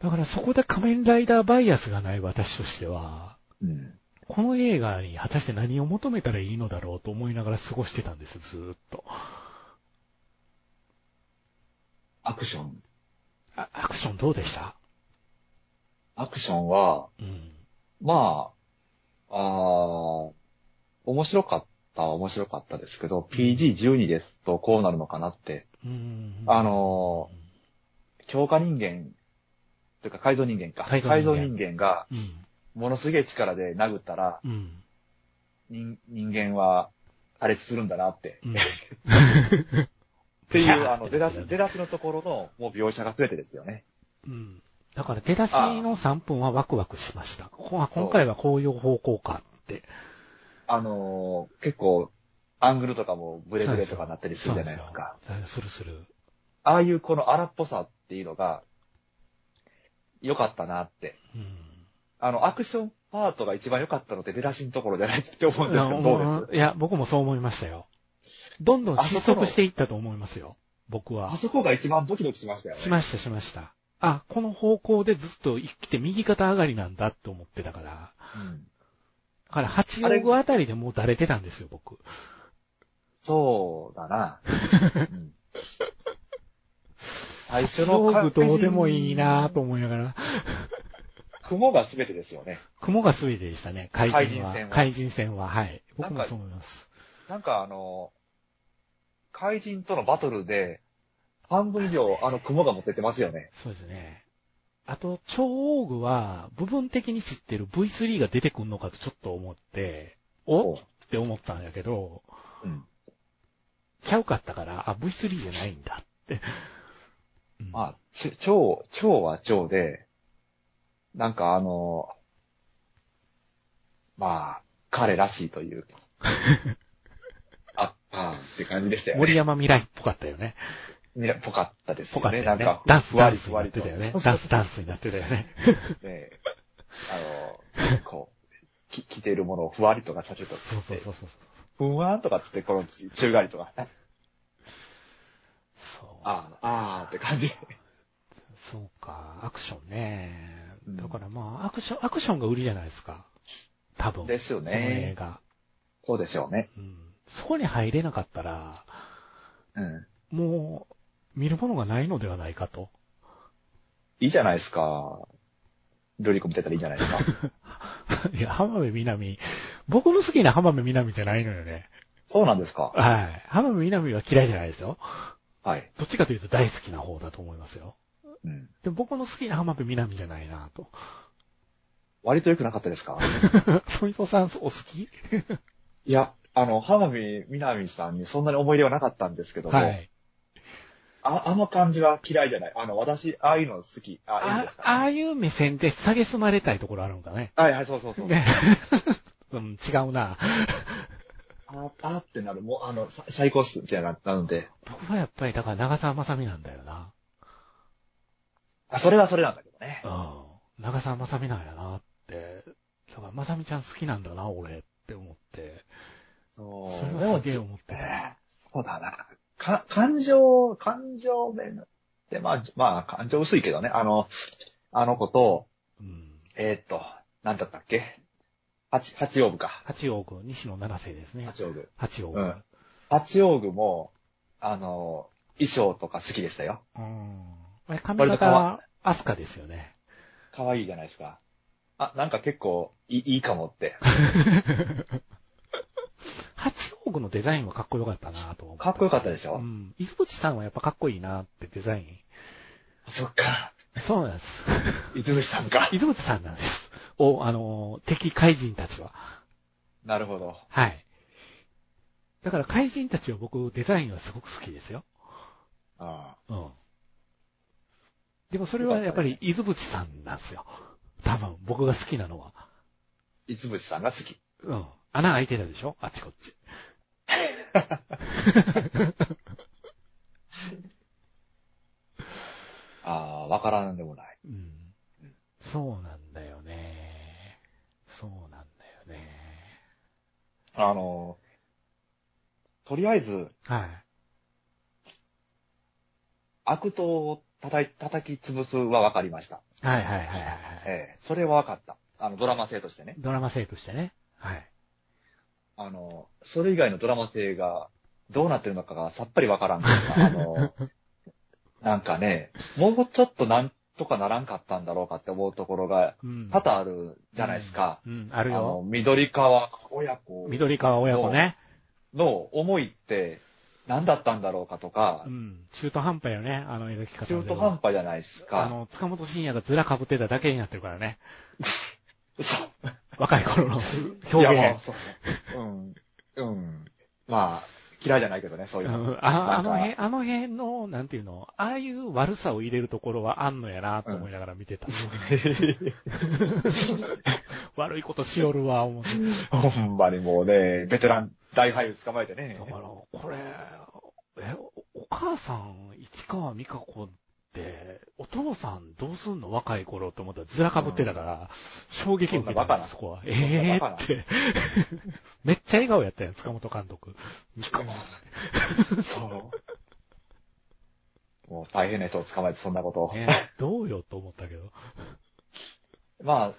Speaker 1: だからそこで仮面ライダーバイアスがない私としては、
Speaker 2: うん。
Speaker 1: この映画に果たして何を求めたらいいのだろうと思いながら過ごしてたんです、ずーっと。
Speaker 2: アクション。
Speaker 1: あアクションどうでした
Speaker 2: アクションは、
Speaker 1: うん。
Speaker 2: まあ、あー面白かったは面白かったですけど、PG12 ですとこうなるのかなって。
Speaker 1: うん。
Speaker 2: あのー強化人間、というか改造人間か。
Speaker 1: 改造人間
Speaker 2: 人間が、
Speaker 1: うん。
Speaker 2: ものすげえ力で殴ったら、
Speaker 1: うん。
Speaker 2: 人人間は破裂するんだなって。
Speaker 1: うん。
Speaker 2: って
Speaker 1: い
Speaker 2: い
Speaker 1: や
Speaker 2: う、あの、出だし、出だしのところの、もう描写が全てですよね。
Speaker 1: うん。だから出だしの3分はワクワクしました。こあ今回はこういう方向かって。
Speaker 2: あのー結構、アングルとかもブレブレとかなったりするじゃないですか。
Speaker 1: そうなんですよ。するする。
Speaker 2: ああいうこの荒っぽさっていうのが、良かったなって。
Speaker 1: うん。
Speaker 2: あの、アクションパートが一番良かったのって出だしのところじゃないって思うん
Speaker 1: い
Speaker 2: です
Speaker 1: や
Speaker 2: けど、どう
Speaker 1: もう
Speaker 2: で
Speaker 1: いや、僕もそう思いましたよ。どんどん失速していったと思いますよ。僕
Speaker 2: す
Speaker 1: は
Speaker 2: あ。そこが一番ドキドキしましたよね。
Speaker 1: しました、しました。あ、この方向でずっと生きて右肩上がりなんだって思ってたから。
Speaker 2: うん
Speaker 1: だから八王子あたりでもうだれてたんですよ、僕。
Speaker 2: そうだな。うん最初
Speaker 1: 八
Speaker 2: の
Speaker 1: 王
Speaker 2: 確
Speaker 1: 子
Speaker 2: 認
Speaker 1: どうでもいいなぁと思いながら。
Speaker 2: 雲が全てですよね。
Speaker 1: 雲が全てでしたね、怪人は
Speaker 2: 怪人戦。は
Speaker 1: 怪人戦は、はい。僕
Speaker 2: な
Speaker 1: も
Speaker 2: んか
Speaker 1: そう思います。
Speaker 2: なんかあの、怪人とのバトルで、半分以上あの雲が持ってってますよね。
Speaker 1: そうですね。あと、超王具は、部分的に知ってる V3 が出てくんのかとちょっと思って、おっ
Speaker 2: お
Speaker 1: て思ったんやけど、
Speaker 2: うん。
Speaker 1: ちゃうかったから、あ、V3 じゃないんだって。うん
Speaker 2: まあ、ち蝶、蝶は蝶で、なんかあの、まあ、彼らしいというか。あったって感じでしたよね。
Speaker 1: 森山未来っぽかったよね。
Speaker 2: みんなぽかったです
Speaker 1: ぽ
Speaker 2: よ
Speaker 1: かった
Speaker 2: ね。
Speaker 1: よ
Speaker 2: なん
Speaker 1: ね
Speaker 2: か。、
Speaker 1: ダンス、
Speaker 2: ふ
Speaker 1: ダ
Speaker 2: わ
Speaker 1: ン
Speaker 2: り
Speaker 1: ス
Speaker 2: ふ
Speaker 1: に
Speaker 2: わ
Speaker 1: なっ
Speaker 2: り
Speaker 1: て
Speaker 2: と
Speaker 1: たよね
Speaker 2: そう。そ
Speaker 1: ダ
Speaker 2: う
Speaker 1: ンス、ダンスになってたよね。
Speaker 2: ねあの、こう、き着ているものをふわりとかさせてとって、
Speaker 1: そうそうそうそう。
Speaker 2: ふんわーんとかつって、この宙返りとか、あ
Speaker 1: そう。
Speaker 2: あ、あーって感じ。
Speaker 1: そうか、アクションね。
Speaker 2: うん
Speaker 1: だからまあ、アクション、アクションが売りじゃないですか。多分。
Speaker 2: ですよね
Speaker 1: この映画。
Speaker 2: そうでしょうね。
Speaker 1: うん。そこに入れなかったら、
Speaker 2: うん。
Speaker 1: もう、見るものがないのではないかと。
Speaker 2: いいじゃないですか。料理コ見てたらいいじゃないです か。
Speaker 1: いや、浜辺美波、僕の好きな浜辺美波じゃないのよね。
Speaker 2: そうなんですか。
Speaker 1: はい。浜辺美波は嫌いじゃないですよ。
Speaker 2: はい。
Speaker 1: どっちかというと大好きな方だと思いますよ。
Speaker 2: うん。
Speaker 1: でも僕の好きな浜辺美波じゃないなと。
Speaker 2: 割と良くなかったですか
Speaker 1: 富藤さん、お好き
Speaker 2: いや、あの、浜辺美波さんにそんなに思い入れはなかったんですけども、
Speaker 1: はい。
Speaker 2: ああの感じは嫌いじゃない。あの、私、ああいうの好き。あ、いいん
Speaker 1: あ
Speaker 2: ですか、
Speaker 1: ああいう目線で蔑まれたいところあるんだね。
Speaker 2: はいはい、そうそうそう。
Speaker 1: ね。うん、違うな。
Speaker 2: ああってなる。もう、あの、さ最高っす。じゃな、なので。
Speaker 1: 僕はやっぱり、だから長澤まさみなんだよな。
Speaker 2: あ、それはそれなんだけどね。
Speaker 1: うん。長澤まさみなんやなって。だから、まさみちゃん好きなんだな、俺って思って。
Speaker 2: そ
Speaker 1: それ
Speaker 2: で
Speaker 1: は
Speaker 2: も
Speaker 1: すげえ思ってた。
Speaker 2: えーそうだな。か、感情、感情面で、まあ、まあ、感情薄いけどね。あの、あの子と、
Speaker 1: うん。
Speaker 2: えーっと、なんだったっけ八、八王部か。
Speaker 1: 八王子、西野七瀬ですね。
Speaker 2: 八王部。
Speaker 1: 八王子。
Speaker 2: うん八王具も、あの、衣装とか好きでしたよ。
Speaker 1: うん。あれ髪型は、アスカですよね。
Speaker 2: 可愛いじゃないですか。あ、なんか結構いいいいかもって。
Speaker 1: 八王子のデザインはかっこよかったなと思って。
Speaker 2: かっこよかったでし
Speaker 1: う
Speaker 2: ょ、
Speaker 1: ん。伊豆淵さんはやっぱかっこいいなってデザイン。
Speaker 2: そっか。
Speaker 1: そうなんです。
Speaker 2: いつぶしさんか。
Speaker 1: 伊豆淵さんなんです。お、あのー、敵怪人たちは。
Speaker 2: なるほど。
Speaker 1: はい。だから怪人たちは僕、デザインはすごく好きですよ。
Speaker 2: あ
Speaker 1: うん。でもそれはやっぱり、伊豆淵さんなんですよ。多分、僕が好きなのは。
Speaker 2: いつぶしさんが好き。
Speaker 1: うん。穴開いてたでしょあっちこっち。
Speaker 2: ああ、わからんでもない。
Speaker 1: うん。そうなんだよね。そうなんだよね。
Speaker 2: あの、とりあえず、
Speaker 1: はい。
Speaker 2: 悪党を叩い叩き潰すは分かりました。
Speaker 1: はいはいはいはいはい。
Speaker 2: ええそれは分かった。あの、ドラマ性としてね。
Speaker 1: ドラマ性としてね。はい。
Speaker 2: あの、それ以外のドラマ性がどうなってるのかがさっぱり分から んから、あの、なんかね、もうちょっとなんとかならんかったんだろうかって思うところが
Speaker 1: うん
Speaker 2: 多々あるじゃないですか。
Speaker 1: うん、うんある
Speaker 2: あの、
Speaker 1: よ。
Speaker 2: 緑川親子
Speaker 1: 緑川親子ね。
Speaker 2: の思いって何だったんだろうかとか
Speaker 1: う、ん。中途半端よね、あの描き方では
Speaker 2: 中途半端じゃないです
Speaker 1: あ
Speaker 2: か。
Speaker 1: の、塚本慎也がずら被ってただけになってるからね。
Speaker 2: そう
Speaker 1: 若い頃の
Speaker 2: いや、ま
Speaker 1: 表
Speaker 2: あ、
Speaker 1: 現。
Speaker 2: そうね。うん。うん。まあ、嫌いじゃないけどね、そういう
Speaker 1: う
Speaker 2: の。
Speaker 1: んああの
Speaker 2: なん
Speaker 1: 辺、あの辺の、なんていうの、ああいう悪さを入れるところはあんのやなと思いながら見て た。悪いことしよるわ、思って。
Speaker 2: か。ほんまにもうね、ベテラン大俳優捕まえてね
Speaker 1: だ。から、これ、え、おお母さん、市川美香子って、お父さんどうすんの若い頃と思ったらずらかぶってたから、衝撃を受けたんです、そこは。ええ
Speaker 2: バ
Speaker 1: ー、
Speaker 2: カな
Speaker 1: って。めっちゃ笑顔やったやん、塚本監督。美香子
Speaker 2: そう。 もう大変な人を捕まえてそんなことを。
Speaker 1: ね、どうよと思ったけど。
Speaker 2: まあ、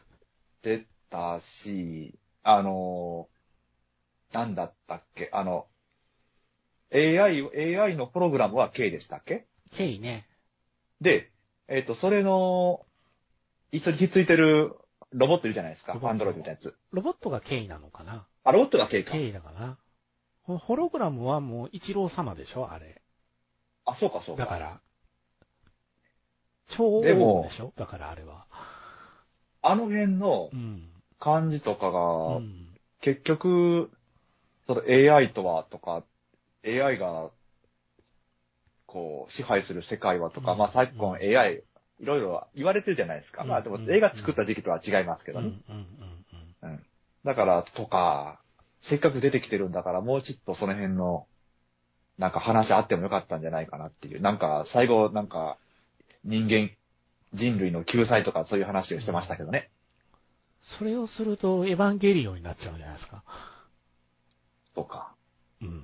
Speaker 2: 出たし、あの、なんだったっけ、あの、AI、AI のプログラムは K でしたっけ
Speaker 1: ケイね。
Speaker 2: で、えっ、と、それの、一緒にひっついてるロボットいるじゃないですか
Speaker 1: ロ。ボット
Speaker 2: アンドロイドみたいなやつ。
Speaker 1: ロボットがケイなのかな
Speaker 2: あ、ロボットが K か。
Speaker 1: ケイだから。ホホログラムはもう一郎様でしょあれ。
Speaker 2: あ、そうか、そうか。
Speaker 1: だから。超
Speaker 2: でも
Speaker 1: 王でしょだからあれは。
Speaker 2: あの辺の
Speaker 1: うん。
Speaker 2: 感じとか
Speaker 1: う
Speaker 2: が、
Speaker 1: ん。
Speaker 2: 結局、その AI とはとか、AI が、こう、支配する世界はとか、
Speaker 1: うん
Speaker 2: まあ昨今 AI、いろいろ言われてるじゃないですか。
Speaker 1: うん
Speaker 2: まあでも映画作った時期とは違いますけどね。
Speaker 1: うんうんうんうん。
Speaker 2: だから、とか、せっかく出てきてるんだから、もうちょっとその辺の、なんか話あってもよかったんじゃないかなっていう。なんか、最後、なんか、人間、人類の救済とかそういう話をしてましたけどね。
Speaker 1: それをすると、エヴァンゲリオンになっちゃうんじゃないですか。
Speaker 2: とか。
Speaker 1: うん。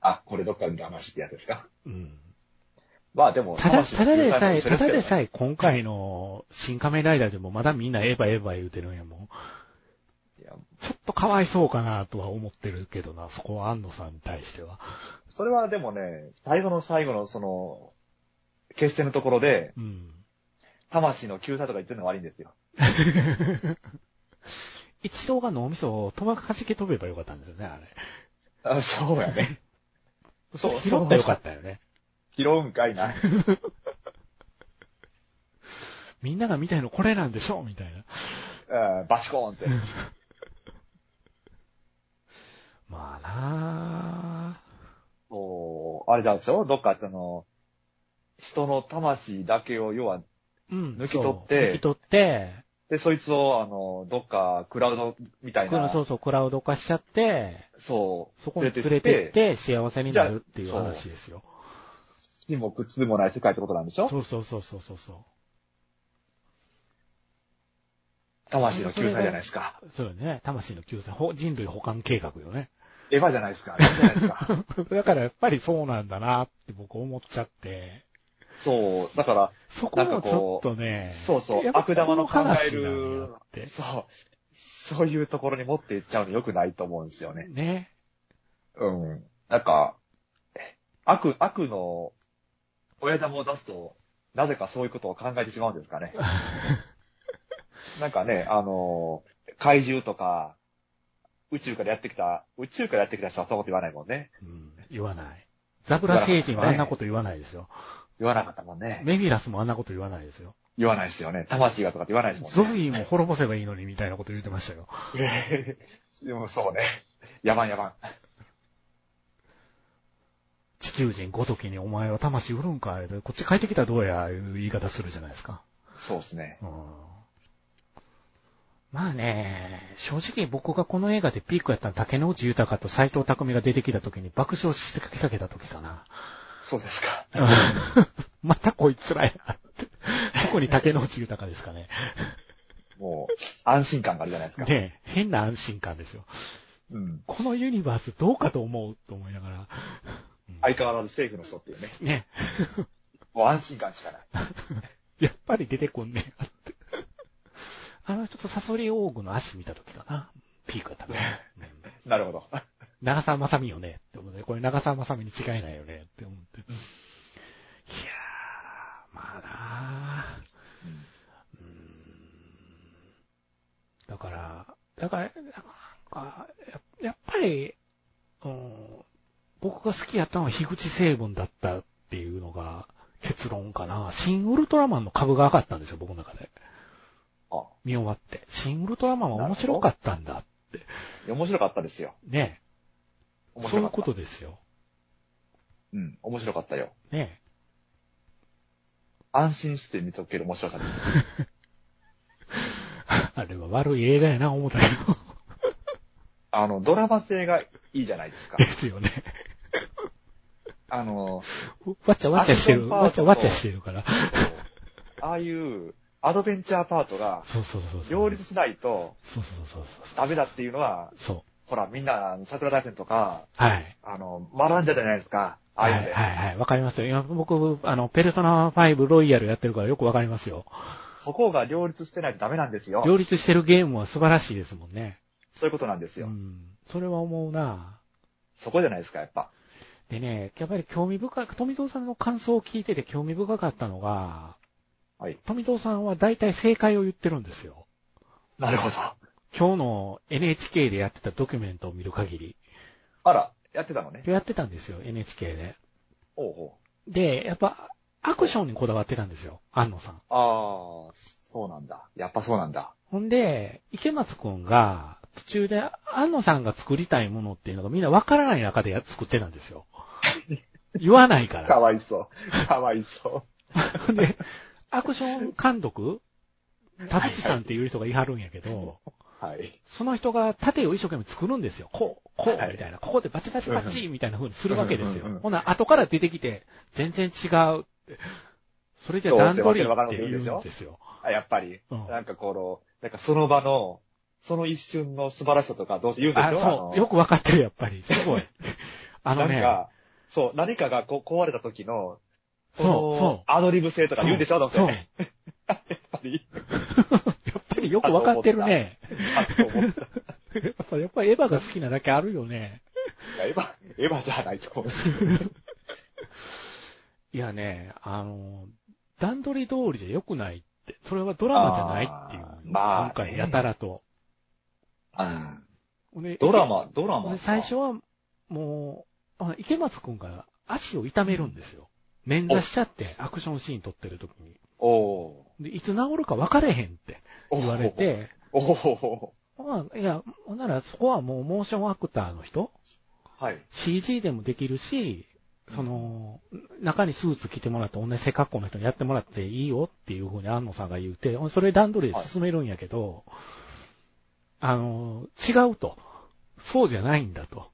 Speaker 2: あ、これどっかで見た話ってやつですか
Speaker 1: うん。
Speaker 2: まあでも、
Speaker 1: ただ、
Speaker 2: 魂の
Speaker 1: ただでさ
Speaker 2: 救
Speaker 1: え、
Speaker 2: 済
Speaker 1: ただ
Speaker 2: も一緒
Speaker 1: です
Speaker 2: けどね
Speaker 1: さえ、今回の新仮面ライダーでもまだみんなエヴァエヴァ言うてるんやもん。
Speaker 2: いや
Speaker 1: ちょっとかわいそうかなとは思ってるけどな、そこは安野さんに対しては。
Speaker 2: それはでもね、最後の最後のその、決戦のところで、
Speaker 1: うん。
Speaker 2: 魂の救済とか言ってるのは悪いんですよ。
Speaker 1: 一郎が脳みそを飛ばかじけ飛べばよかったんですよね、あれ。
Speaker 2: あそうやね。そう
Speaker 1: 拾ったらよかったよね。
Speaker 2: 拾うんかいな。
Speaker 1: みんなが見たいのこれなんでしょみたいな。
Speaker 2: うんバチコーンって。
Speaker 1: まあなあ
Speaker 2: もう、あれなんですよ。どっかあの、人の魂だけを、要は、
Speaker 1: うん。
Speaker 2: 抜き取って
Speaker 1: そう抜き取って、
Speaker 2: で、そいつを、あの、どっか、クラウドみたい
Speaker 1: クラ
Speaker 2: な、
Speaker 1: そうそう、クラウド化しちゃって、
Speaker 2: そう、
Speaker 1: そこに連れてって幸せになるっていう
Speaker 2: じゃあ
Speaker 1: 話ですよ。
Speaker 2: にも靴でもない世界ってことなんでしょ
Speaker 1: そうそうそうそうそうそう。
Speaker 2: 魂の救済じゃないですか。
Speaker 1: そうよね。魂の救済、ほ人類保管計画よね。
Speaker 2: エヴァじゃないですか。エヴァじゃないですか。
Speaker 1: だからやっぱりそうなんだなって僕思っちゃって。
Speaker 2: そう、だから、
Speaker 1: そこもちょっとね。
Speaker 2: そうそう
Speaker 1: やっぱ
Speaker 2: 悪玉の考え
Speaker 1: こ
Speaker 2: る
Speaker 1: の話なんやって
Speaker 2: そう、そういうところに持っていっちゃうの良くないと思うんですよね。
Speaker 1: ね。
Speaker 2: うん。なんか、悪、悪の親玉を出すと、なぜかそういうことを考えてしまうんですかね。なんかね、あの、怪獣とか、宇宙からやってきた、宇宙からやってきた人はそんなこと言わないもんね。
Speaker 1: うん、 言わない。ザブラ星人はあんなこと言わないですよ。
Speaker 2: 言わなかったもんね。
Speaker 1: メフィラスもあんなこと言わないですよ。
Speaker 2: 言わないですよね。魂がとかって言わないです
Speaker 1: ゾ
Speaker 2: もんね。
Speaker 1: フィーも滅ぼせばいいのにみたいなこと言ってましたよ。
Speaker 2: でもそうね。やばんやばん。
Speaker 1: 地球人ごときにお前は魂売るんかいこっち帰ってきたらどうやいう言い方するじゃないですか。
Speaker 2: そうですね。
Speaker 1: うんまあね、正直僕がこの映画でピークやったの竹野内豊と斎藤匠が出てきた時に爆笑してかけかけた時かな。
Speaker 2: そうですか。
Speaker 1: またこいつらや。特に竹野内豊ですかね。
Speaker 2: もう、安心感があるじゃないですか。
Speaker 1: ねえ変な安心感ですよ。
Speaker 2: うん。
Speaker 1: このユニバースどうかと思うと思いながら。うん
Speaker 2: 相変わらず政府の人っていうね。
Speaker 1: ね
Speaker 2: もう安心感しかない。
Speaker 1: やっぱり出てこんねえなって。 あの人とサソリオーグの足見た時かな。ピークやったかな。うん
Speaker 2: なるほ ど。
Speaker 1: 長澤まさみよねって思って、これ長澤まさみに違いないよねって思って。いやー、まあなあ
Speaker 2: うん
Speaker 1: うーんだから、だから、なんか、ややっぱり、うん、僕が好きやったのは樋口成分だったっていうのが結論かな。新ウルトラマンの株が上がったんですよ、僕の中で。
Speaker 2: あ、
Speaker 1: 見終わって。新ウルトラマンは面白かったんだ。
Speaker 2: いや面白かったですよ。
Speaker 1: ね
Speaker 2: 面
Speaker 1: そうい
Speaker 2: 白か
Speaker 1: う
Speaker 2: った。
Speaker 1: ことですよ。
Speaker 2: うん、面白かったよ。
Speaker 1: ね
Speaker 2: 安心して見とける面白さです。
Speaker 1: あれは悪い映画やな、思ったけど。
Speaker 2: あの、ドラマ性がいいじゃない ですか
Speaker 1: で。すよね。
Speaker 2: あの、
Speaker 1: わちゃわちゃして
Speaker 2: アクショ
Speaker 1: る。
Speaker 2: ンパー
Speaker 1: わちゃ
Speaker 2: ト
Speaker 1: わちゃしてるから。
Speaker 2: ああいうアドベンチャーパートが
Speaker 1: そうそうそうそう。
Speaker 2: 両立しないと
Speaker 1: そうそうそうそうそう。
Speaker 2: ダメだっていうのは、
Speaker 1: そう。
Speaker 2: ほら、みんな、あの桜大戦とか、
Speaker 1: はい。
Speaker 2: あの、学んじゃじゃないですか。ああ
Speaker 1: はいいうは
Speaker 2: ので。
Speaker 1: いはい。わかりますよ。今僕、あの、ペルソナ5ロイヤルやってるからよくわかりますよ。
Speaker 2: そこが両立してないとダメなんですよ。
Speaker 1: 両立してるゲームは素晴らしいですもんね。
Speaker 2: そういうことなんです
Speaker 1: う
Speaker 2: よ。
Speaker 1: ん。それは思うな
Speaker 2: そこじゃないですか、やっぱ。
Speaker 1: でね、やっぱり興味深い、富蔵さんの感想を聞いてて興味深かったのが、
Speaker 2: はい。
Speaker 1: 富蔵さんは大体正解を言ってるんですよ。
Speaker 2: なるほど。
Speaker 1: 今日の NHK でやってたドキュメントを見る限り。
Speaker 2: あら、やってたのね。
Speaker 1: やってたんですよ、NHK で。
Speaker 2: おうおう。
Speaker 1: で、やっぱ、アクションにこだわってたんですよ、安野さん。
Speaker 2: ああ、そうなんだ。やっぱそうなんだ。
Speaker 1: ほんで、池松くんが、途中で安野さんが作りたいものっていうのがみんなわからない中でや作ってたんですよ。言わないか。
Speaker 2: からわいそう。かわいそ
Speaker 1: ほんで、アクション監督田淵さんっていう人が言いはるんやけど、
Speaker 2: う。はい。
Speaker 1: その人が盾を一生懸命作るんですよ。こう、こう、
Speaker 2: はい
Speaker 1: みたいな。ここでバチバチバチみたいな風にするわけですよ
Speaker 2: うんうんうん。
Speaker 1: ほな、後から出てきて、全然違うって。それじゃ段取りって言うんですよ。
Speaker 2: あやっぱり、
Speaker 1: うん
Speaker 2: なんかこの、なんかその場の、その一瞬の素晴らしさとかどうせ言うんでし
Speaker 1: あ、
Speaker 2: ょ
Speaker 1: そう。
Speaker 2: の
Speaker 1: よくわかってる、やっぱり。 すごい。あの
Speaker 2: なん
Speaker 1: ね、
Speaker 2: か、そう、何かがこう壊れた時の、
Speaker 1: そう
Speaker 2: この
Speaker 1: そう
Speaker 2: アドリブ性とか言うんでしょどうせ。
Speaker 1: そう。
Speaker 2: や
Speaker 1: や
Speaker 2: っぱり、
Speaker 1: っぱりよくわかってるね。
Speaker 2: あと思った。
Speaker 1: やっぱ、やっぱエヴァが好きなだけあるよね。
Speaker 2: エヴァ、エヴァじゃないと思う。
Speaker 1: いやね、あの、段取り通りじゃ良くないって。それはドラマじゃないっていう
Speaker 2: あ。ーまあ
Speaker 1: 今回やたらと。
Speaker 2: うん
Speaker 1: で
Speaker 2: ドラマ、ドラ
Speaker 1: ほん
Speaker 2: マ
Speaker 1: で。最初は、もう、あ池松くんが足を痛めるんですよ。捻挫しちゃって、アクションシーン撮ってる時に。
Speaker 2: おお
Speaker 1: で、いつ治るか分かれへんって
Speaker 2: ー
Speaker 1: 言われ。て、
Speaker 2: おお
Speaker 1: まあ、いや、ほんならそこはもうモーションアクターの人
Speaker 2: はい。
Speaker 1: ?CG でもできるし、その、中にスーツ着てもらって、同じ背格好の人にやってもらっていいよっていうふうに安野さんが言うて、ほんでそれ段取りで進めるんやけど、あの、違うと。そうじゃないんだと。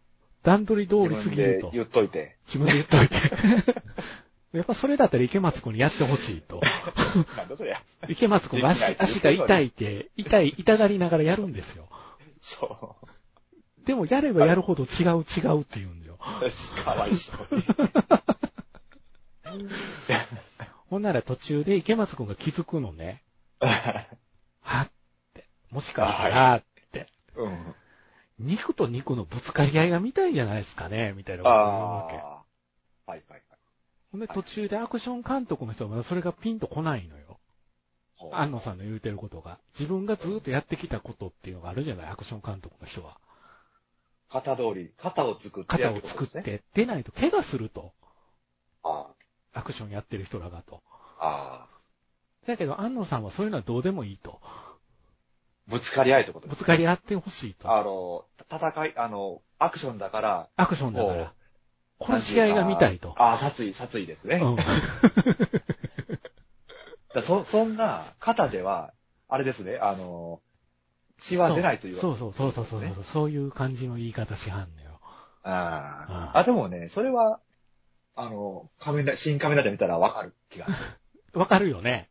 Speaker 1: 段取り通りすぎると
Speaker 2: 自分で。言っといて。
Speaker 1: 自分で言っといて。 やっぱそれだったら池松くんにやってほしい と。
Speaker 2: なんだそりゃ。
Speaker 1: 池松くんが足
Speaker 2: できない
Speaker 1: 足が痛いって、痛い、痛がりながらやるんですよ。
Speaker 2: そ
Speaker 1: でもやればやるほど違う違うって言うんだよ。
Speaker 2: う。かわいそうに。
Speaker 1: ほんなら途中で池松くんが気づくのね。はって。もしかしたら、って。
Speaker 2: うん。
Speaker 1: 肉と肉のぶつかり合いが見たいじゃないですかね、みたいな
Speaker 2: あ
Speaker 1: こと言うわ
Speaker 2: あ
Speaker 1: け。。
Speaker 2: はいはい
Speaker 1: ほんで途中でアクション監督の人はまだそれがピンとこないのよ。
Speaker 2: はい。
Speaker 1: 安野さんの言うてることが。自分がずーっとやってきたことっていうのがあるじゃない、アクション監督の人は。
Speaker 2: 肩通り、肩を作ってや
Speaker 1: 肩を
Speaker 2: るこ
Speaker 1: 作
Speaker 2: と
Speaker 1: っ
Speaker 2: ですね。
Speaker 1: て出ないと怪我すると。
Speaker 2: あ
Speaker 1: アクションやってる人らがと。
Speaker 2: あ。ああ。
Speaker 1: だけど、安野さんはそういうのはどうでもいいと。
Speaker 2: ぶつかり合いってことで
Speaker 1: ぶ
Speaker 2: す
Speaker 1: つかり合ってほしいと。
Speaker 2: あの、戦い、あの、アクションだから、
Speaker 1: アクションだから。この
Speaker 2: なんていう
Speaker 1: 試
Speaker 2: か
Speaker 1: 合が見たいと。
Speaker 2: ああ、殺意、殺意ですね。
Speaker 1: うん。
Speaker 2: だそ、そんな、肩では、あれですね、あの、血は出ないというわけ
Speaker 1: そうそうそうそうそう
Speaker 2: ね
Speaker 1: そう。そういう感じの言い方しはんのよ。
Speaker 2: あ
Speaker 1: あ
Speaker 2: あ。あ、でもね、それは、あの、仮面ライ新仮面ライダー見たらわかる気がす
Speaker 1: わかるよね。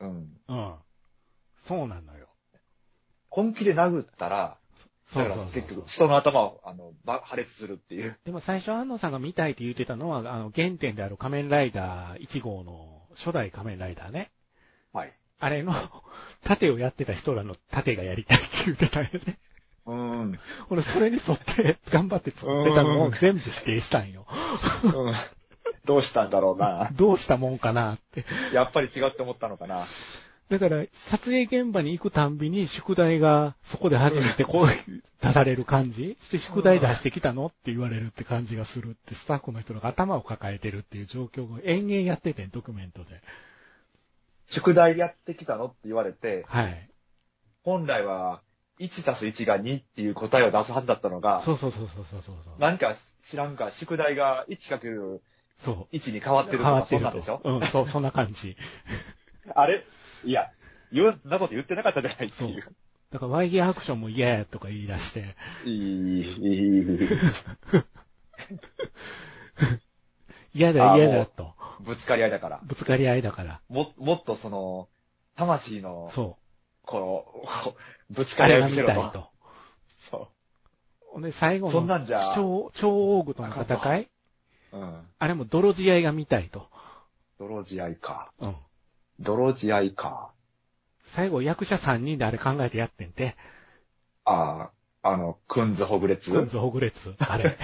Speaker 2: る。うん。
Speaker 1: うん。そうなのよ。
Speaker 2: 本気で殴ったら、
Speaker 1: そ
Speaker 2: だ
Speaker 1: う
Speaker 2: か
Speaker 1: そうそ
Speaker 2: ら
Speaker 1: う
Speaker 2: 結局、人の頭を、あの、ば破裂するっていう。
Speaker 1: でも最初、安野さんが見たいって言ってたのは、あの、原点である仮面ライダー1号の初代仮面ライダーね。
Speaker 2: はい。
Speaker 1: あれの、盾をやってた人らの盾がやりたいって言ってたよね。
Speaker 2: うーん。
Speaker 1: 俺、それに沿って、頑張って作ってたのを全部否定したんよ。
Speaker 2: うんどうしたんだろうな。
Speaker 1: どうしたもんかなって。
Speaker 2: やっぱり違って思ったのかな。
Speaker 1: だから、撮影現場に行くたんびに、宿題がそこで初めてこう、出される感じして、宿題出してきたのって言われるって感じがするって、スタッフの人が頭を抱えてるっていう状況を延々やってて、ドキュメントで。
Speaker 2: 宿題やってきたのって言われて、
Speaker 1: はい。
Speaker 2: 本来は、1たす1が2っていう答えを出すはずだったのが、
Speaker 1: そうそうそうそうそうそうそう。
Speaker 2: 何か知らんか、宿題が 1×1
Speaker 1: そう。
Speaker 2: に変わってるとか、そんなんでしょ
Speaker 1: うん、そう、そんな感じ。
Speaker 2: あれいや、言う、そんなこと言ってなかったじゃないって
Speaker 1: そう
Speaker 2: いう。。
Speaker 1: だから、ワイギアアクションも嫌やとか言い出して、
Speaker 2: いい、いい、
Speaker 1: 嫌だ
Speaker 2: あ
Speaker 1: 嫌だ
Speaker 2: もう
Speaker 1: と。
Speaker 2: ぶつかり合いだから。
Speaker 1: ぶつかり合いだから。
Speaker 2: も、もっとその、魂の、
Speaker 1: そ
Speaker 2: この、こうぶつ
Speaker 1: う。
Speaker 2: か
Speaker 1: あ
Speaker 2: り合
Speaker 1: れが見
Speaker 2: いを見
Speaker 1: た
Speaker 2: せ
Speaker 1: い
Speaker 2: ろと。
Speaker 1: と。
Speaker 2: そ
Speaker 1: ほんで、最後
Speaker 2: そんな
Speaker 1: の
Speaker 2: んじゃ
Speaker 1: 超、超大具との戦い
Speaker 2: う。うん。
Speaker 1: あれも泥仕合が見たいと。
Speaker 2: 泥仕合か。
Speaker 1: うん。
Speaker 2: 泥仕合か。
Speaker 1: 最後、役者3人であれ考えてやってんて。
Speaker 2: ああ、あの、くんずほぐれつ
Speaker 1: くんずほぐれつ。あれ。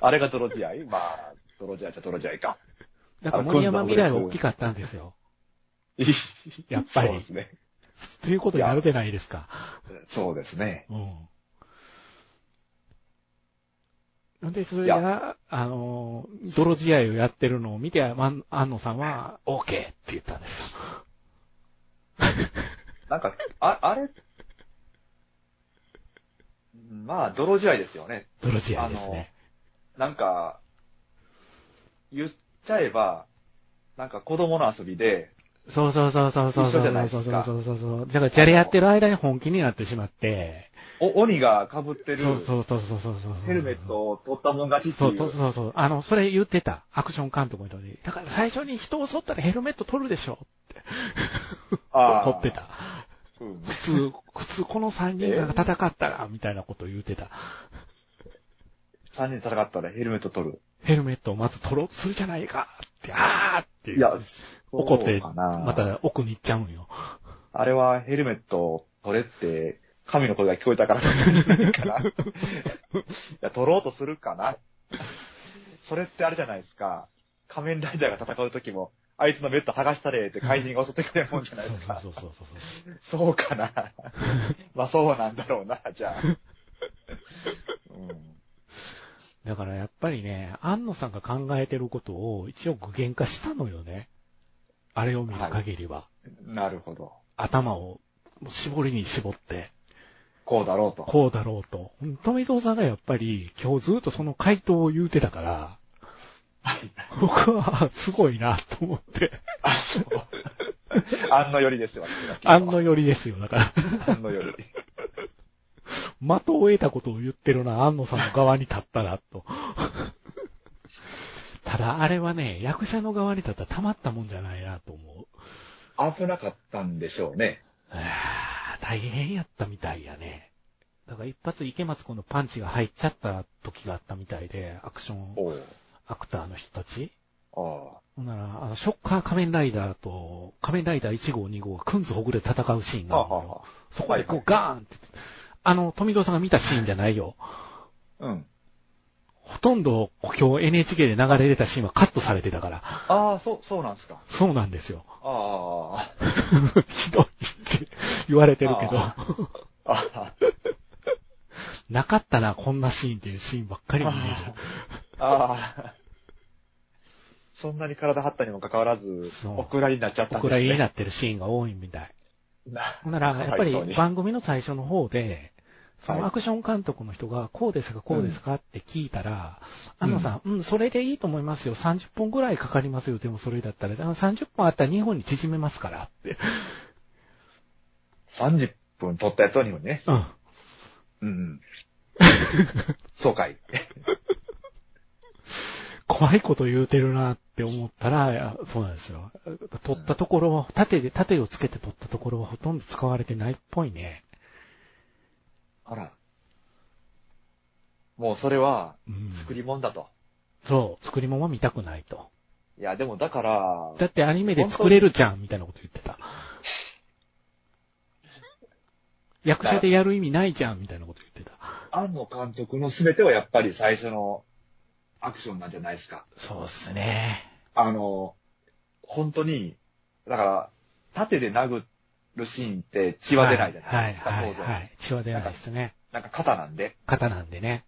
Speaker 2: あれが泥仕合まあ、泥仕合じゃ泥仕合か。
Speaker 1: だから、森山未来は大きかったんですよ。 やっぱり
Speaker 2: そうですね。
Speaker 1: ということになるじゃないですか。
Speaker 2: そうですね。
Speaker 1: うん。で、それ
Speaker 2: い
Speaker 1: が、あの、泥試合をやってるのを見て、まん安野さんは、OK って言ったんですよ。
Speaker 2: なんか、あ、あれ、まあ、泥仕合ですよね。
Speaker 1: 泥試合ですね。
Speaker 2: なんか、言っちゃえば、なんか子供の遊びで、
Speaker 1: そうそうそうそうそう
Speaker 2: 一
Speaker 1: そう
Speaker 2: 緒じゃな
Speaker 1: そ
Speaker 2: いうです
Speaker 1: そう
Speaker 2: か
Speaker 1: そうそうそう。だから、じゃれやってる間に本気になってしまって、
Speaker 2: お鬼が被ってる
Speaker 1: そうそうそうそうそうそう。
Speaker 2: ヘルメットを取ったもん勝ちって
Speaker 1: そう
Speaker 2: い
Speaker 1: そう
Speaker 2: う。
Speaker 1: そうそう。あの、それ言ってた。アクション監督の人に。だから最初に人を襲ったらヘルメット取るでしょって。
Speaker 2: あー
Speaker 1: 怒ってた。
Speaker 2: うん
Speaker 1: 普通、普通この3人が戦ったら、みたいなことを言ってた。
Speaker 2: 三人で戦ったらヘルメット取る。
Speaker 1: ヘルメットをまず取ろうとするじゃないかって、あーって
Speaker 2: いや、
Speaker 1: 怒って、
Speaker 2: そうかな
Speaker 1: また奥に行っちゃうんよ。
Speaker 2: あれはヘルメットを取れって、神の声が聞こえたから 取ったんじゃないかな。いや、取ろうとするかな。それってあれじゃないですか。仮面ライダーが戦う時も、あいつのベッド剥がしたれって怪人が襲ってくるもんじゃないですか。
Speaker 1: そうそうそうそう
Speaker 2: そうかな。まあそうなんだろうな、じゃあ。うん
Speaker 1: だからやっぱりね、安野さんが考えてることを一応具現化したのよね。あれを見る限りは。
Speaker 2: なるほど。
Speaker 1: 頭を絞りに絞って。
Speaker 2: こうだろうと。
Speaker 1: こうだろうと。富蔵さんがやっぱり今日ずっとその回答を言うてたから、僕はすごいなと思って、
Speaker 2: あ、そう。あんのよりですよ、
Speaker 1: あんの
Speaker 2: よ
Speaker 1: よりですよ。だから、
Speaker 2: り。あんのより。
Speaker 1: 的を得たことを言ってるな、安野さんの側に立ったら、と。ただ、あれはね、役者の側に立ったらたまったもんじゃないなと思う。
Speaker 2: 危なかったんでしょうね。
Speaker 1: あー大変やったみたいやね。だから一発池松子のパンチが入っちゃった時があったみたいで、アクション
Speaker 2: おう
Speaker 1: アクターの人たち
Speaker 2: ああ。
Speaker 1: ほんなら、あの、ショッカー仮面ライダーと、仮面ライダー1号2号がくんずほぐれ戦うシーンがあるのよ。そこでこうガーンって、あの、富蔵さんが見たシーンじゃないよ。
Speaker 2: うん。
Speaker 1: ほとんど今日 NHK で流れ出たシーンはカットされてたから。
Speaker 2: ああ、そう、そうなんですか。
Speaker 1: そうなんですよ。
Speaker 2: ああ
Speaker 1: ひどいって言われてるけど、
Speaker 2: あああ、あ
Speaker 1: なかったな、こんなシーンっていうシーンばっかり見え
Speaker 2: あ、ああ。そんなに体張ったにもかかわらず
Speaker 1: そ、う
Speaker 2: お蔵になっちゃっ
Speaker 1: る。
Speaker 2: た
Speaker 1: お
Speaker 2: んです
Speaker 1: 蔵
Speaker 2: ね。
Speaker 1: 入りになってるシーンが多いみたい。
Speaker 2: な
Speaker 1: ほんなら、やっぱ
Speaker 2: かわいそう
Speaker 1: り
Speaker 2: に
Speaker 1: 番組の最初の方で、その
Speaker 2: はい
Speaker 1: アクション監督の人が、こうですか、こうですかって聞いたら、安野さん、うん、それでいいと思いますよ。30本ぐらいかかりますよ。でもそれだったら、あの30本あったら2本に縮めますからって。
Speaker 2: 30分撮ったやつを日本にね。
Speaker 1: うん。
Speaker 2: う んうん。そうかい。
Speaker 1: 怖いこと言うてるなって思ったら、いやそうなんですよ。取ったところは、縦で、縦をつけて取ったところはほとんど使われてないっぽいね。
Speaker 2: あら。もうそれは、
Speaker 1: うん。
Speaker 2: 作り物だと。
Speaker 1: そう、作り物は見たくないと。
Speaker 2: いや、でもだから、
Speaker 1: だってアニメで作れるじゃん、みたいなこと言ってた。役者でやる意味ないじゃん、みたいなこと言ってた。
Speaker 2: 庵野監督の全てはやっぱり最初のアクションなんじゃないですか。
Speaker 1: そうっすね。
Speaker 2: あの、本当に、だから、縦で殴るシーンって血は出ないじゃないですか。
Speaker 1: はい、はい、
Speaker 2: 当然
Speaker 1: はい。血は出ないですね。
Speaker 2: なんか肩なんで。
Speaker 1: 肩なんでね。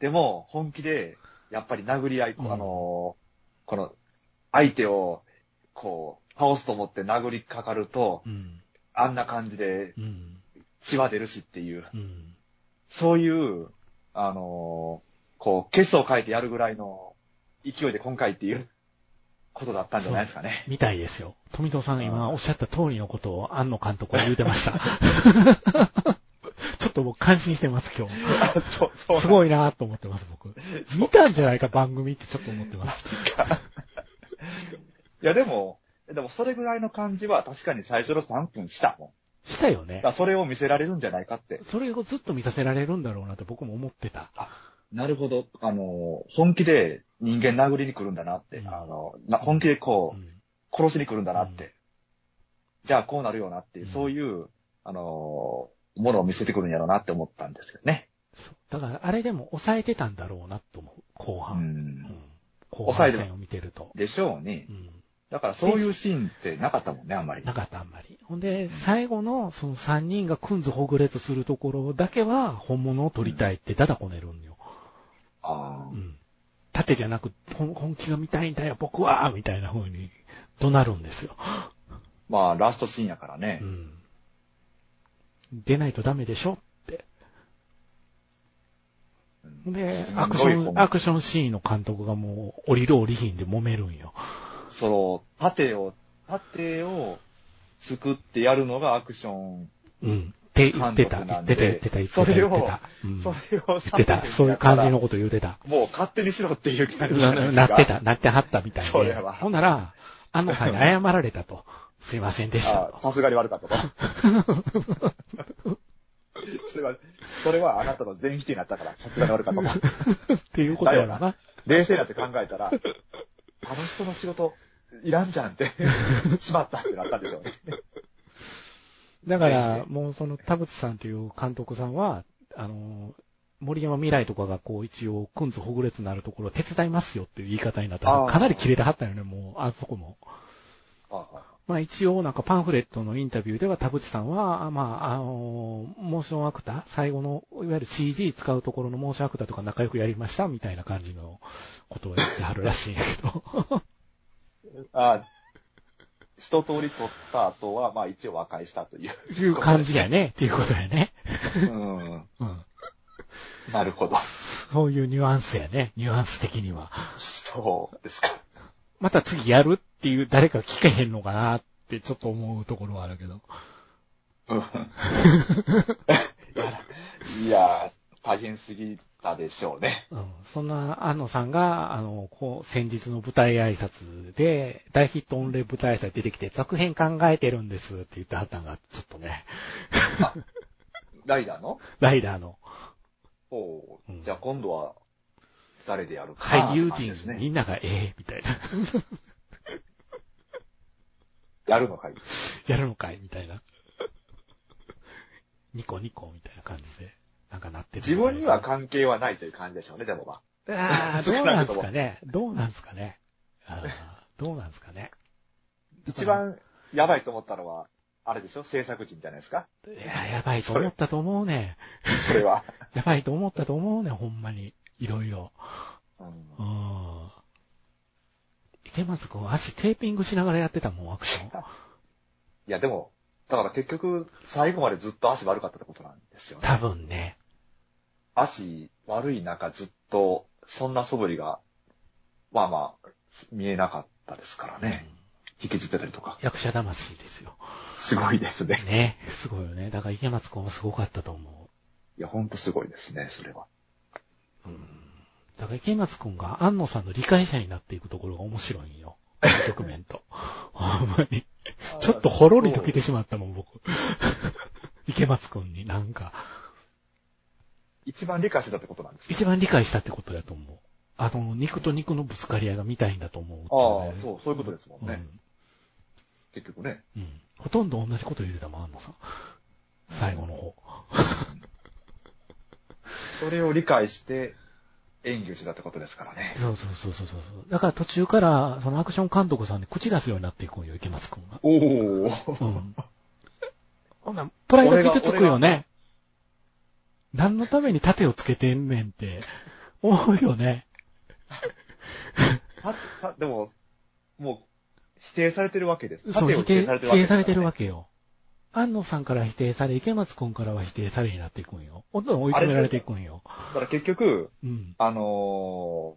Speaker 2: でも、本気で、やっぱり殴り合い、
Speaker 1: うん
Speaker 2: あの、この、相手を、こう、倒すと思って殴りかかると、
Speaker 1: うん。
Speaker 2: あんな感じで
Speaker 1: うん。
Speaker 2: 血は出るしっていう、
Speaker 1: うん。
Speaker 2: そういう、あの、こう、血を書いてやるぐらいの勢いで今回っていう ことだったんじゃないですかね。
Speaker 1: みたいですよ。富蔵さん今おっしゃった通りのことを庵野監督は言うてま した。ちょっと僕感心してます今日。
Speaker 2: そう、そう
Speaker 1: すごいなと思ってます僕。見たんじゃないか番組ってちょっと思ってます。
Speaker 2: いや、でも、でもそれぐらいの感じは確かに最初の3分したもん。
Speaker 1: したよ
Speaker 2: だ
Speaker 1: ね
Speaker 2: か。らそれを見せられるんじゃないかって。
Speaker 1: それをずっと見させられるんだろうなって僕も思ってた。
Speaker 2: なるほど。あの、本気で人間殴りに来るんだなって。
Speaker 1: うん
Speaker 2: あのな、本気でこ
Speaker 1: う
Speaker 2: う、
Speaker 1: ん
Speaker 2: 殺しに来るんだなって。
Speaker 1: う
Speaker 2: じゃあこうなるよなっていう、
Speaker 1: うん
Speaker 2: そういう、あの、ものを見せてくるんやろうなって思ったんですけどね。
Speaker 1: そうだからあれでも抑えてたんだろうなと思う。後
Speaker 2: う。
Speaker 1: 半。うんん後半戦を見てると。
Speaker 2: でしょうね
Speaker 1: う。ん
Speaker 2: だからそういうシーンってなかったもんね、あんまり。
Speaker 1: なかった、あんまり。ほんで、最後の、その3人がくんずほぐれつするところだけは、本物を撮りたいってダダこねるんよ。
Speaker 2: あ
Speaker 1: う
Speaker 2: ー
Speaker 1: ん。縦じゃなく、本本気が見たいんだよ、僕はみたいな風に、怒鳴るんですよ。
Speaker 2: まあ、ラストシーンやからね。
Speaker 1: うん。出ないとダメでしょって。で、アクシ
Speaker 2: すご
Speaker 1: ョ
Speaker 2: い
Speaker 1: ン、アクションシーンの監督がもう、降りる降りひんで揉めるんよ。
Speaker 2: その、盾を、盾を作ってやるのがアクション。
Speaker 1: うん。って言ってた、言
Speaker 2: 監督な
Speaker 1: っ
Speaker 2: ん
Speaker 1: て
Speaker 2: で
Speaker 1: た、言ってた、言って
Speaker 2: そ
Speaker 1: た、
Speaker 2: れ
Speaker 1: 言
Speaker 2: を
Speaker 1: ってた。うん
Speaker 2: そ
Speaker 1: 言
Speaker 2: れを
Speaker 1: ってた、そういう感じの。こと言ってた。
Speaker 2: もう勝手にしろっていう感じじゃない
Speaker 1: な
Speaker 2: です
Speaker 1: な
Speaker 2: か。
Speaker 1: ってた、なってはったみたい
Speaker 2: それ
Speaker 1: で。
Speaker 2: は
Speaker 1: ほんなら、安野さんに謝られたと。すいませんでした
Speaker 2: あ。さすがに悪かったと。 それは、それはあなたの全否定になったから、さすがに悪かったと。
Speaker 1: っていうことやろ
Speaker 2: だ
Speaker 1: な。
Speaker 2: 冷静になって考えたら、あの人の仕事、いらんじゃんって、しまったってなったんでしょうね。
Speaker 1: だか
Speaker 2: 全
Speaker 1: ら
Speaker 2: 否、
Speaker 1: もうその田淵さんという監督さんは、あの、森山未来とかがこう一応、くんずほぐれつなるところを手伝いますよっていう言い方になった
Speaker 2: あ
Speaker 1: ら、
Speaker 2: ー
Speaker 1: かなり切れてはったよね、もう、あそこも。
Speaker 2: ああ
Speaker 1: まあ一応なんかパンフレットのインタビューでは田淵さんは、あまあ、あの、モーションアクター、最後の、いわゆる CG 使うところのモーションアクターとか仲良くやりましたみたいな感じのことを言ってはるらしいんやけど。
Speaker 2: あ一通り取った後は、まあ一応和解したという。
Speaker 1: いう感じやね、っていうことやね。
Speaker 2: うん。
Speaker 1: うん。
Speaker 2: なるほど。
Speaker 1: そういうニュアンスやね、ニュアンス的には。
Speaker 2: そうですか。
Speaker 1: また次やるっていう誰か聞けへんのかなってちょっと思うところはあるけど。
Speaker 2: うんいや、大変すぎたでしょうね。
Speaker 1: うん。そんな、安野さんが、あの、こう、先日の舞台挨拶で、大ヒット御礼舞台挨拶出てきて、続編考えてるんですって言ってはったんが、ちょっとね、
Speaker 2: ライダーの
Speaker 1: ライダーの
Speaker 2: おう
Speaker 1: うん
Speaker 2: じゃあ今度は、誰でやるか。
Speaker 1: 俳優
Speaker 2: って感じ
Speaker 1: 陣
Speaker 2: です、ね。
Speaker 1: みんながええ、みたいな。
Speaker 2: やるのかい。
Speaker 1: やるのかいみたいな。 ニコニコみたいな感じで、なんかなってる。
Speaker 2: 自分には関係はないという感じでしょうね、でもまあ。
Speaker 1: ああ、どうなんですかね。 どうなんですかね。ああ、どうなんですかね。
Speaker 2: 一番やばいと思ったのは、あれでしょ制作陣じゃないですか
Speaker 1: いや、やばいと思ったと思うね。
Speaker 2: それは。
Speaker 1: やばいと思ったと思うね、ほんまに。いろいろ。
Speaker 2: うん
Speaker 1: うん。池松くん、足テーピングしながらやってたもん、アクション。
Speaker 2: いや、でも、だから結局、最後までずっと足悪かったってことなんですよね。
Speaker 1: 多分ね。
Speaker 2: 足悪い中ずっと、そんな素振りが、まあまあ、見えなかったですからね。引きずってたりとか。
Speaker 1: 役者魂ですよ。
Speaker 2: すごいですね。
Speaker 1: ね。すごいよね。だから池松くんはすごかったと思
Speaker 2: いや、ほんとすごいですね、それは。
Speaker 1: う。うん。だから池松くんが安野さんの理解者になっていくところが面白いんよ。この局面と。 ほんまに。ちょっとほろりと来てしまったもん、僕。 池松くんになんか、
Speaker 2: 一番理解してたってことなんですね
Speaker 1: 一番理解したってことだと思う。あの、肉と肉のぶつかり合いが見たいんだと思う。
Speaker 2: ああ、そう、そういうことですもんね。結局ね。
Speaker 1: うん。うん。ほとんど同じこと言ってたもん、安野さん。最後の方。
Speaker 2: それを理解して演技をしてたってことですからね。
Speaker 1: そうそうそうそうそう。だから途中から、そのアクション監督さんに口出すようになっていくんよ、池松くんが。
Speaker 2: お
Speaker 1: う
Speaker 2: お。
Speaker 1: ん。ほんならプライド傷つくよね。何のために盾をつけてんねんって、思うよね。
Speaker 2: たたでも、もう、否定されてるわけです。
Speaker 1: そう、
Speaker 2: 盾
Speaker 1: 否
Speaker 2: を否
Speaker 1: 定、
Speaker 2: 定されてる
Speaker 1: 否
Speaker 2: わ
Speaker 1: 定
Speaker 2: けです
Speaker 1: さ
Speaker 2: からね
Speaker 1: れてるわけよ。安野さんから否定され、池松くんからは否定されになっていくんよ。どんどん追い詰められていくんよ。
Speaker 2: だから結局、
Speaker 1: うん。
Speaker 2: あのー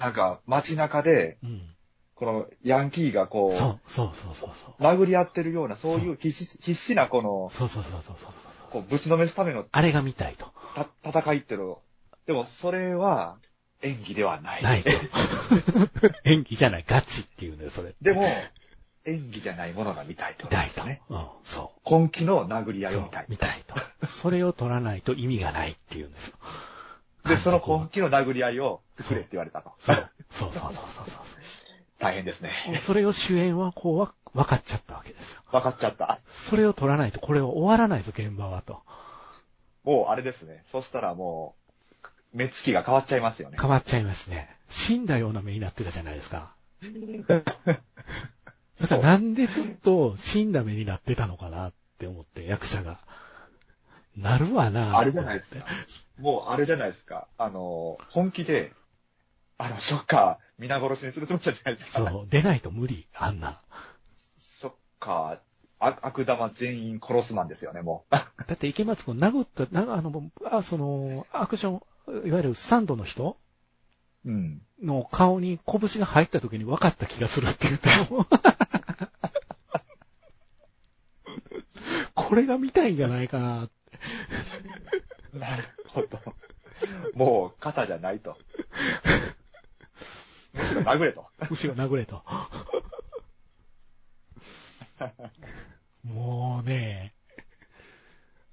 Speaker 2: なんか街中で、
Speaker 1: うん。
Speaker 2: このヤンキーが
Speaker 1: そう、
Speaker 2: こ
Speaker 1: そうそうそうそう。
Speaker 2: う、殴り合ってるような、そういう必死必死なこの、
Speaker 1: そうそうそうそうそうそう。
Speaker 2: こうぶちのめすための
Speaker 1: あれが見たいと。
Speaker 2: た戦いっていうのをでもそれは演技ではない。
Speaker 1: ない と。演技じゃない、ガチっていうんだよ、それ。
Speaker 2: でも、演技じゃないものが見たいってこと
Speaker 1: 痛
Speaker 2: で
Speaker 1: い
Speaker 2: す
Speaker 1: と。
Speaker 2: よね。
Speaker 1: うん、そ
Speaker 2: 根気の殴り
Speaker 1: う。
Speaker 2: 合い
Speaker 1: そ
Speaker 2: を
Speaker 1: う
Speaker 2: 見たい。
Speaker 1: 見たいと。それを取らないと意味がないっていうんですよ。
Speaker 2: で、その根
Speaker 1: 子。
Speaker 2: 気の殴り合いをくれって言われたと。
Speaker 1: そう、そうそうそうそう
Speaker 2: 大変ですね。
Speaker 1: そう。それを主演はこうわ、分かっちゃったわけですよ。
Speaker 2: 分かっちゃった。
Speaker 1: それを取らないと、これは終わらないぞ、現場はと。
Speaker 2: もうあれですね。そしたらもう、目つきが変わっちゃいますよね。
Speaker 1: 変わっちゃいますね。死んだような目になってたじゃないですか。だからなんでずっと死んだ目になってたのかなって思って、役者が。なるわな
Speaker 2: あれじゃないです
Speaker 1: と思
Speaker 2: か
Speaker 1: って。
Speaker 2: もうあれじゃないですか。あの、本気で、あの、ショッカー、皆殺しにするつもりじゃないですか。
Speaker 1: そう、出ないと無理、あんな。
Speaker 2: ショッカー、あ悪玉全員殺すマンですよね、もう。
Speaker 1: だって池松くん殴った、な、あの、あその、アクション、いわゆるスタンドの人
Speaker 2: うん。
Speaker 1: の顔に拳が入った時に分かった気がするって言った の。これが見たいんじゃないかな。
Speaker 2: なるほど。もう、肩じ ゃないと。むしろ殴れと。
Speaker 1: 後ろ殴れ と。もうね、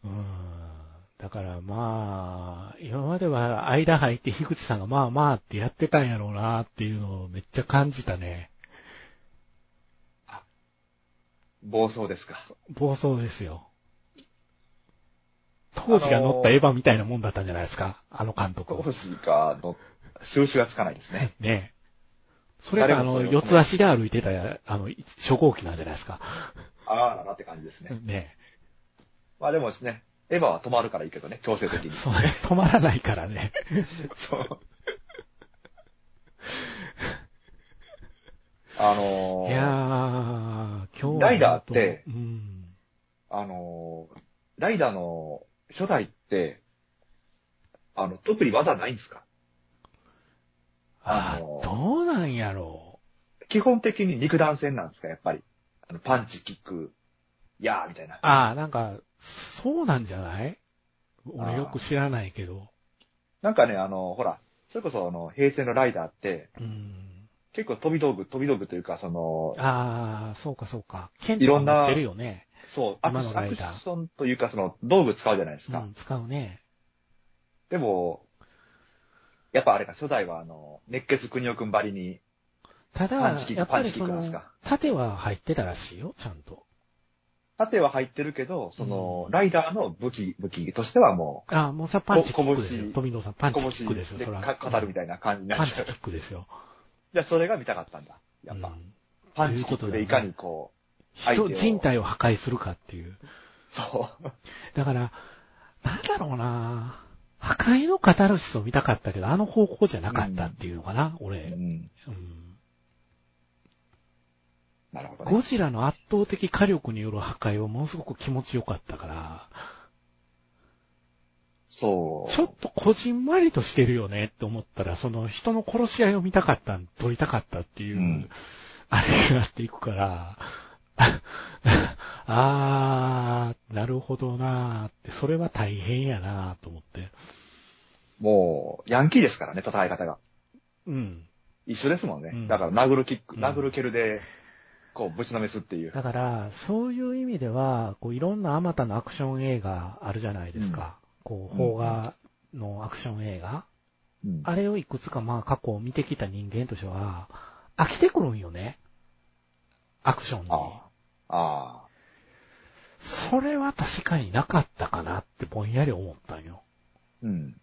Speaker 1: うん。だからまあ、今までは間入って樋口さんがまあまあってやってたんやろうなっていうのをめっちゃ感じたね。
Speaker 2: 暴走ですか。
Speaker 1: 暴走ですよ。当時が乗ったエヴァみたいなもんだったんじゃないですか、あの監督
Speaker 2: 当
Speaker 1: は。
Speaker 2: 時が、の、収拾がつかないですね。
Speaker 1: ねえ。それがあ
Speaker 2: 誰もそ
Speaker 1: の、
Speaker 2: れを
Speaker 1: 四つ足で歩いてた、あの、初号機なんじゃないですか。
Speaker 2: ああだなって感じですね。
Speaker 1: ねえ。
Speaker 2: まあでもですね、エヴァは止まるからいいけどね、強制的に。
Speaker 1: そうね、止まらないからね。
Speaker 2: そう。あのー
Speaker 1: いやー、今日は
Speaker 2: ライダーって
Speaker 1: うん。
Speaker 2: あのーライダーの初代って、あの、特に技ないんですか
Speaker 1: あ
Speaker 2: あの
Speaker 1: ーどうなんやろ
Speaker 2: 基本的に肉弾戦なんですか、やっぱり。あのパンチ、キック、やーみたいな
Speaker 1: う。。ああ、なんか、そうなんじゃない俺よく知らないけど。
Speaker 2: なんかね、あの、ほら、それこそあの、平成のライダーって、
Speaker 1: うん。
Speaker 2: 結構飛び道具、飛び道具というか、その、
Speaker 1: ああ、そうかそうか。剣
Speaker 2: いろんな
Speaker 1: 出るよね。
Speaker 2: そう、アク
Speaker 1: 今
Speaker 2: シ
Speaker 1: の
Speaker 2: ア
Speaker 1: ラ
Speaker 2: ク
Speaker 1: イ
Speaker 2: シ
Speaker 1: ダー
Speaker 2: ョンというか、その、道具使うじゃないです
Speaker 1: う
Speaker 2: か。
Speaker 1: ん、使うね。
Speaker 2: でも、やっぱあれか、初代はあの、熱血国オくんばりに、
Speaker 1: ただ、
Speaker 2: パンチキッ
Speaker 1: やっ
Speaker 2: ク、
Speaker 1: ぱ
Speaker 2: パン
Speaker 1: り
Speaker 2: チキッ
Speaker 1: そ
Speaker 2: クなんです
Speaker 1: の
Speaker 2: か。、
Speaker 1: 盾は入ってたらしいよ、ちゃんと。
Speaker 2: 縦は入ってるけど、その、
Speaker 1: うん
Speaker 2: ライダーの武器、武器としてはも
Speaker 1: ああ、もうさ、パンチキックですよ。
Speaker 2: こ
Speaker 1: 富野さん、パ
Speaker 2: う、
Speaker 1: ンチキックです
Speaker 2: 拳
Speaker 1: よ、
Speaker 2: で
Speaker 1: そら。
Speaker 2: か語るみたいな感じにな
Speaker 1: パ
Speaker 2: っ
Speaker 1: ン
Speaker 2: ち
Speaker 1: チ
Speaker 2: ゃう。
Speaker 1: キックですよ。
Speaker 2: じゃあそれが見たかったんだ。やっぱ、
Speaker 1: うん
Speaker 2: パンチキックでいかにこ相手を
Speaker 1: 人、人体を破壊するかっていう。
Speaker 2: う、そう。
Speaker 1: だから、なんだろうな破壊のカタルシスを見たかったけど、あの方向じゃなかったっていうのかな、
Speaker 2: う
Speaker 1: 俺、
Speaker 2: ん、
Speaker 1: うん。
Speaker 2: なるほどね。
Speaker 1: ゴジラの圧倒的火力による破壊はものすごく気持ちよかったから、
Speaker 2: そう。
Speaker 1: ちょっとこじんまりとしてるよねって思ったら、その人の殺し合いを見たかった、撮りたかったっていう、
Speaker 2: うん
Speaker 1: あれになっていくから、 あー、なるほどなーって、それは大変やなーと思って。
Speaker 2: もう、ヤンキーですからね、戦い方が。
Speaker 1: うん。
Speaker 2: 一緒ですもんね。
Speaker 1: うん
Speaker 2: だから、殴るキック、
Speaker 1: うん
Speaker 2: 殴る蹴るで、こう、ぶちのめすっていう。
Speaker 1: だから、そういう意味では、こういろんなあまたのアクション映画あるじゃないですか。こう、邦画のアクション映画。
Speaker 2: うん
Speaker 1: あれをいくつかまあ過去を見てきた人間としては、飽きてくるんよね。アクションに。
Speaker 2: ああ。ああ。
Speaker 1: それは確かになかったかなってぼんやり思ったんよ。
Speaker 2: うん。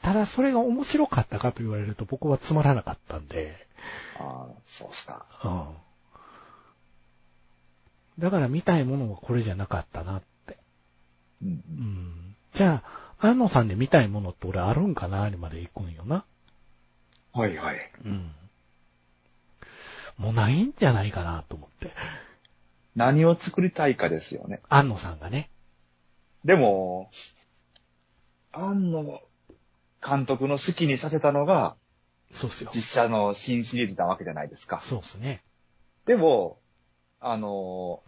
Speaker 1: ただそれが面白かったかと言われると僕はつまらなかったんで。
Speaker 2: ああ、そうっすか。
Speaker 1: うん。だから見たいものはこれじゃなかったなって。
Speaker 2: うんうん
Speaker 1: うん。じゃあ、安野さんで見たいものって俺あるんかなにまで行くんよな。
Speaker 2: はいはい。
Speaker 1: うん。もうないんじゃないかなと思って。
Speaker 2: 何を作りたいかですよね。
Speaker 1: 安野さんがね。
Speaker 2: でも、庵野監督の好きにさせたのが、
Speaker 1: そうっすよ。
Speaker 2: 実写の新シリーズなわけじゃないですか。
Speaker 1: そうっすね。
Speaker 2: でも、あの、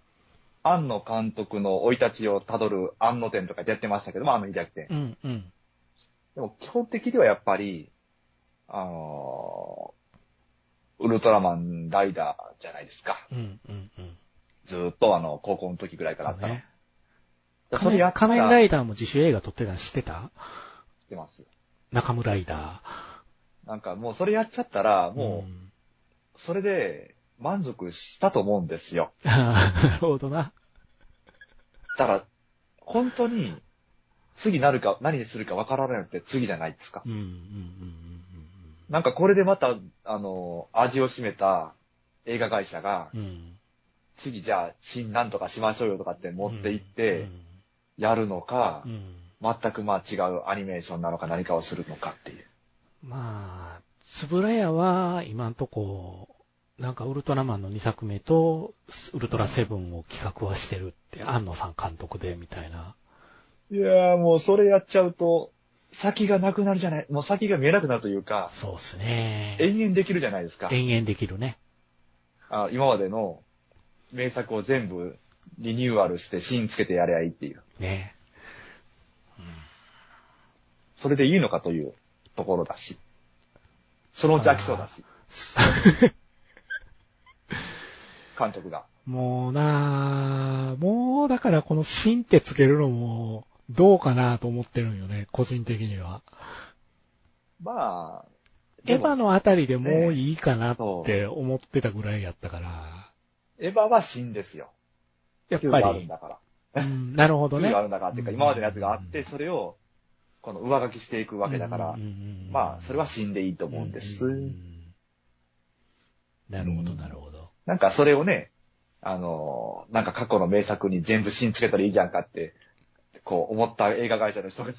Speaker 2: 庵野監督の生い立ちをたどる庵野展とかでやってましたけども、庵野秀明展。
Speaker 1: うんうん。
Speaker 2: でも基本的にはやっぱり、あの、ウルトラマンライダーじゃないですか。
Speaker 1: うんうんうん。
Speaker 2: ずーっとあの、高校の時ぐらいからあったの。
Speaker 1: ね。
Speaker 2: で
Speaker 1: 仮
Speaker 2: それや
Speaker 1: 面
Speaker 2: った
Speaker 1: 仮面ラ
Speaker 2: ら、
Speaker 1: イダーも自主映画撮ってたの知ってた
Speaker 2: てます。
Speaker 1: 中村ライダ
Speaker 2: なんかもうそれやっちゃったら、
Speaker 1: ー。
Speaker 2: もう、
Speaker 1: ん
Speaker 2: それで満足したと思うんですよ。
Speaker 1: あーなるほどな。
Speaker 2: だから、本当に、次なるか、何にするか分からないのって次じゃないですか
Speaker 1: う。んうんうんうん
Speaker 2: なんかこれでまた、あの、味を占めた映画会社が、
Speaker 1: うんうん。うん。
Speaker 2: 次じゃあ、新なんとかしましょうよとかって持っていって
Speaker 1: うん、
Speaker 2: やるのか
Speaker 1: う、ん。
Speaker 2: 全くまあ違うアニメーションなのか何かをするのかっていう。
Speaker 1: まあ、つぶらやは今んとこ、なんかウルトラマンの2作目とウルトラセブンを企画はしてるって、安野さん監督でみたいな。
Speaker 2: いやーもうそれやっちゃうと、先がなくなるじゃない、もう先が見えなくなるというか、
Speaker 1: そうっすね。
Speaker 2: 延々できるじゃないですか。
Speaker 1: 延々できるね。
Speaker 2: あ今までの名作を全部リニューアルして芯つけてやりゃいいっていう。
Speaker 1: ね。
Speaker 2: それでいいのかというところだし。そのうち飽きそうだし、監督が。
Speaker 1: もうなぁ、もうだからこの芯ってつけるのもどうかなと思ってるんよね、個人的には。
Speaker 2: まあ、
Speaker 1: エ
Speaker 2: で
Speaker 1: ヴ
Speaker 2: も
Speaker 1: ァのあたりでもういいかなって
Speaker 2: ね
Speaker 1: 思ってたぐらいやったから。
Speaker 2: エヴァは芯ですよ。
Speaker 1: やっ
Speaker 2: ルール
Speaker 1: ぱ
Speaker 2: があるん
Speaker 1: り。
Speaker 2: だから。
Speaker 1: うんなるほど
Speaker 2: ルー
Speaker 1: ね
Speaker 2: ルがあ。るんだからっていうか、
Speaker 1: うん
Speaker 2: 今までのやつがあって、それを、この上書きしていくわけだから
Speaker 1: うん、うんうんうん
Speaker 2: まあ、それは芯でいいと思うんです。
Speaker 1: ううんなるほど、なるほど。
Speaker 2: なんかそれをね、あのーなんか過去の名作に全部芯つけたらいいじゃんかって、こう思った映画会社の人が、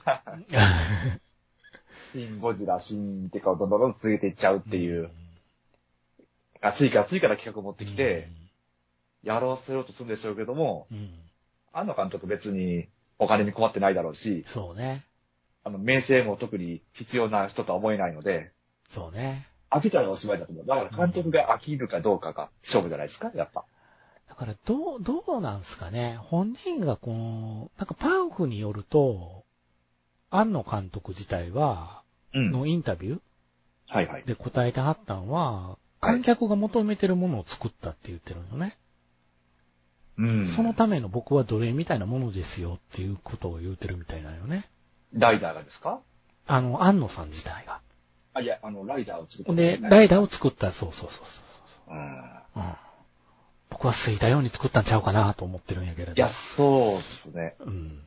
Speaker 2: シン・ゴジラ、シンってかをどんどんどんどん続けて いっちゃうっていう、暑いから暑いから企画を持ってきて、やろうせようとするんでしょうけども、
Speaker 1: うん、うん。
Speaker 2: あの監督別にお金に困ってないだろうし、
Speaker 1: そうね。
Speaker 2: あの、名声も特に必要な人とは思えないので、
Speaker 1: そうね。
Speaker 2: 飽きたらおしまいだと思う。だから監督が飽きるかどうかが勝負じゃないですか、やっぱ。
Speaker 1: だから、どう、どうなんすかね。本人がこの、なんかパンフによると、庵野監督自体は、
Speaker 2: うん。
Speaker 1: のインタビュ
Speaker 2: はいはい
Speaker 1: ー。で答えてはったんは、
Speaker 2: はい
Speaker 1: 観客が求めてるものを作ったって言ってるのね。
Speaker 2: うん。
Speaker 1: そのための僕は奴隷みたいなものですよっていうことを言うてるみたいなんよね。
Speaker 2: ライダーがですか
Speaker 1: あの、安野さん自体が。
Speaker 2: あ、いや、あの、ライダーを作っ
Speaker 1: ほ
Speaker 2: た。
Speaker 1: んで、ライ
Speaker 2: ダ
Speaker 1: ダーを作った、そうそうそうそ
Speaker 2: ー。うん。
Speaker 1: う。うん。僕は過ぎたように作ったんちゃうかなと思ってるんやけれど。
Speaker 2: いや、そうですね。
Speaker 1: うん。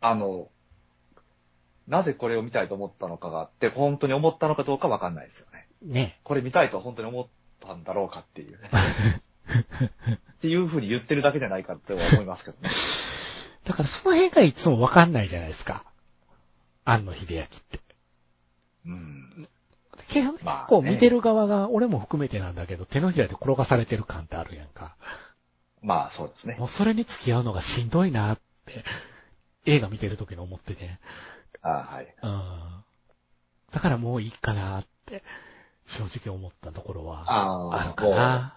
Speaker 2: あの、なぜこれを見たいと思ったのかがあって、本当に思ったのかどうかわかんないですよね。
Speaker 1: ね
Speaker 2: これ見たいと本当に思ったんだろうかっていう。っていうふうに言ってるだけじゃないかっては思いますけどね。
Speaker 1: だからその辺がいつもわかんないじゃないですか。安野秀明って。
Speaker 2: うん。
Speaker 1: け結
Speaker 2: まあね
Speaker 1: 構見てる側が、俺も含めてなんだけど、手のひらで転がされてる感ってあるやんか。
Speaker 2: まあ、そうですね。
Speaker 1: もうそれに付き合うのがしんどいなって、映画見てる時に思ってて。
Speaker 2: あはい。
Speaker 1: うん。だからもういいかなって、正直思ったところは、
Speaker 2: あー
Speaker 1: あるかな。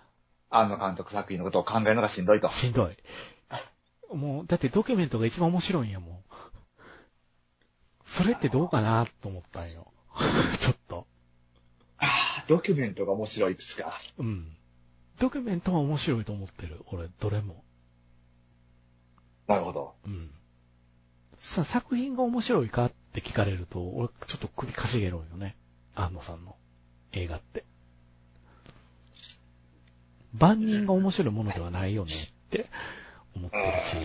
Speaker 2: 庵野監督作品のことを考えるのがしんどいと。
Speaker 1: しんどい。もう、だってドキュメントが一番面白いんやもん。それってどうかなと思ったんよ。ちょっと。
Speaker 2: ああ、ドキュメントが面白いですか。
Speaker 1: うん。ドキュメントは面白いと思ってる。俺、どれも。
Speaker 2: なるほど。
Speaker 1: うん。さ、作品が面白いかって聞かれると、俺、ちょっと首かしげるんよね。安野さんの映画って。万人が面白いものではないよねって思ってるし、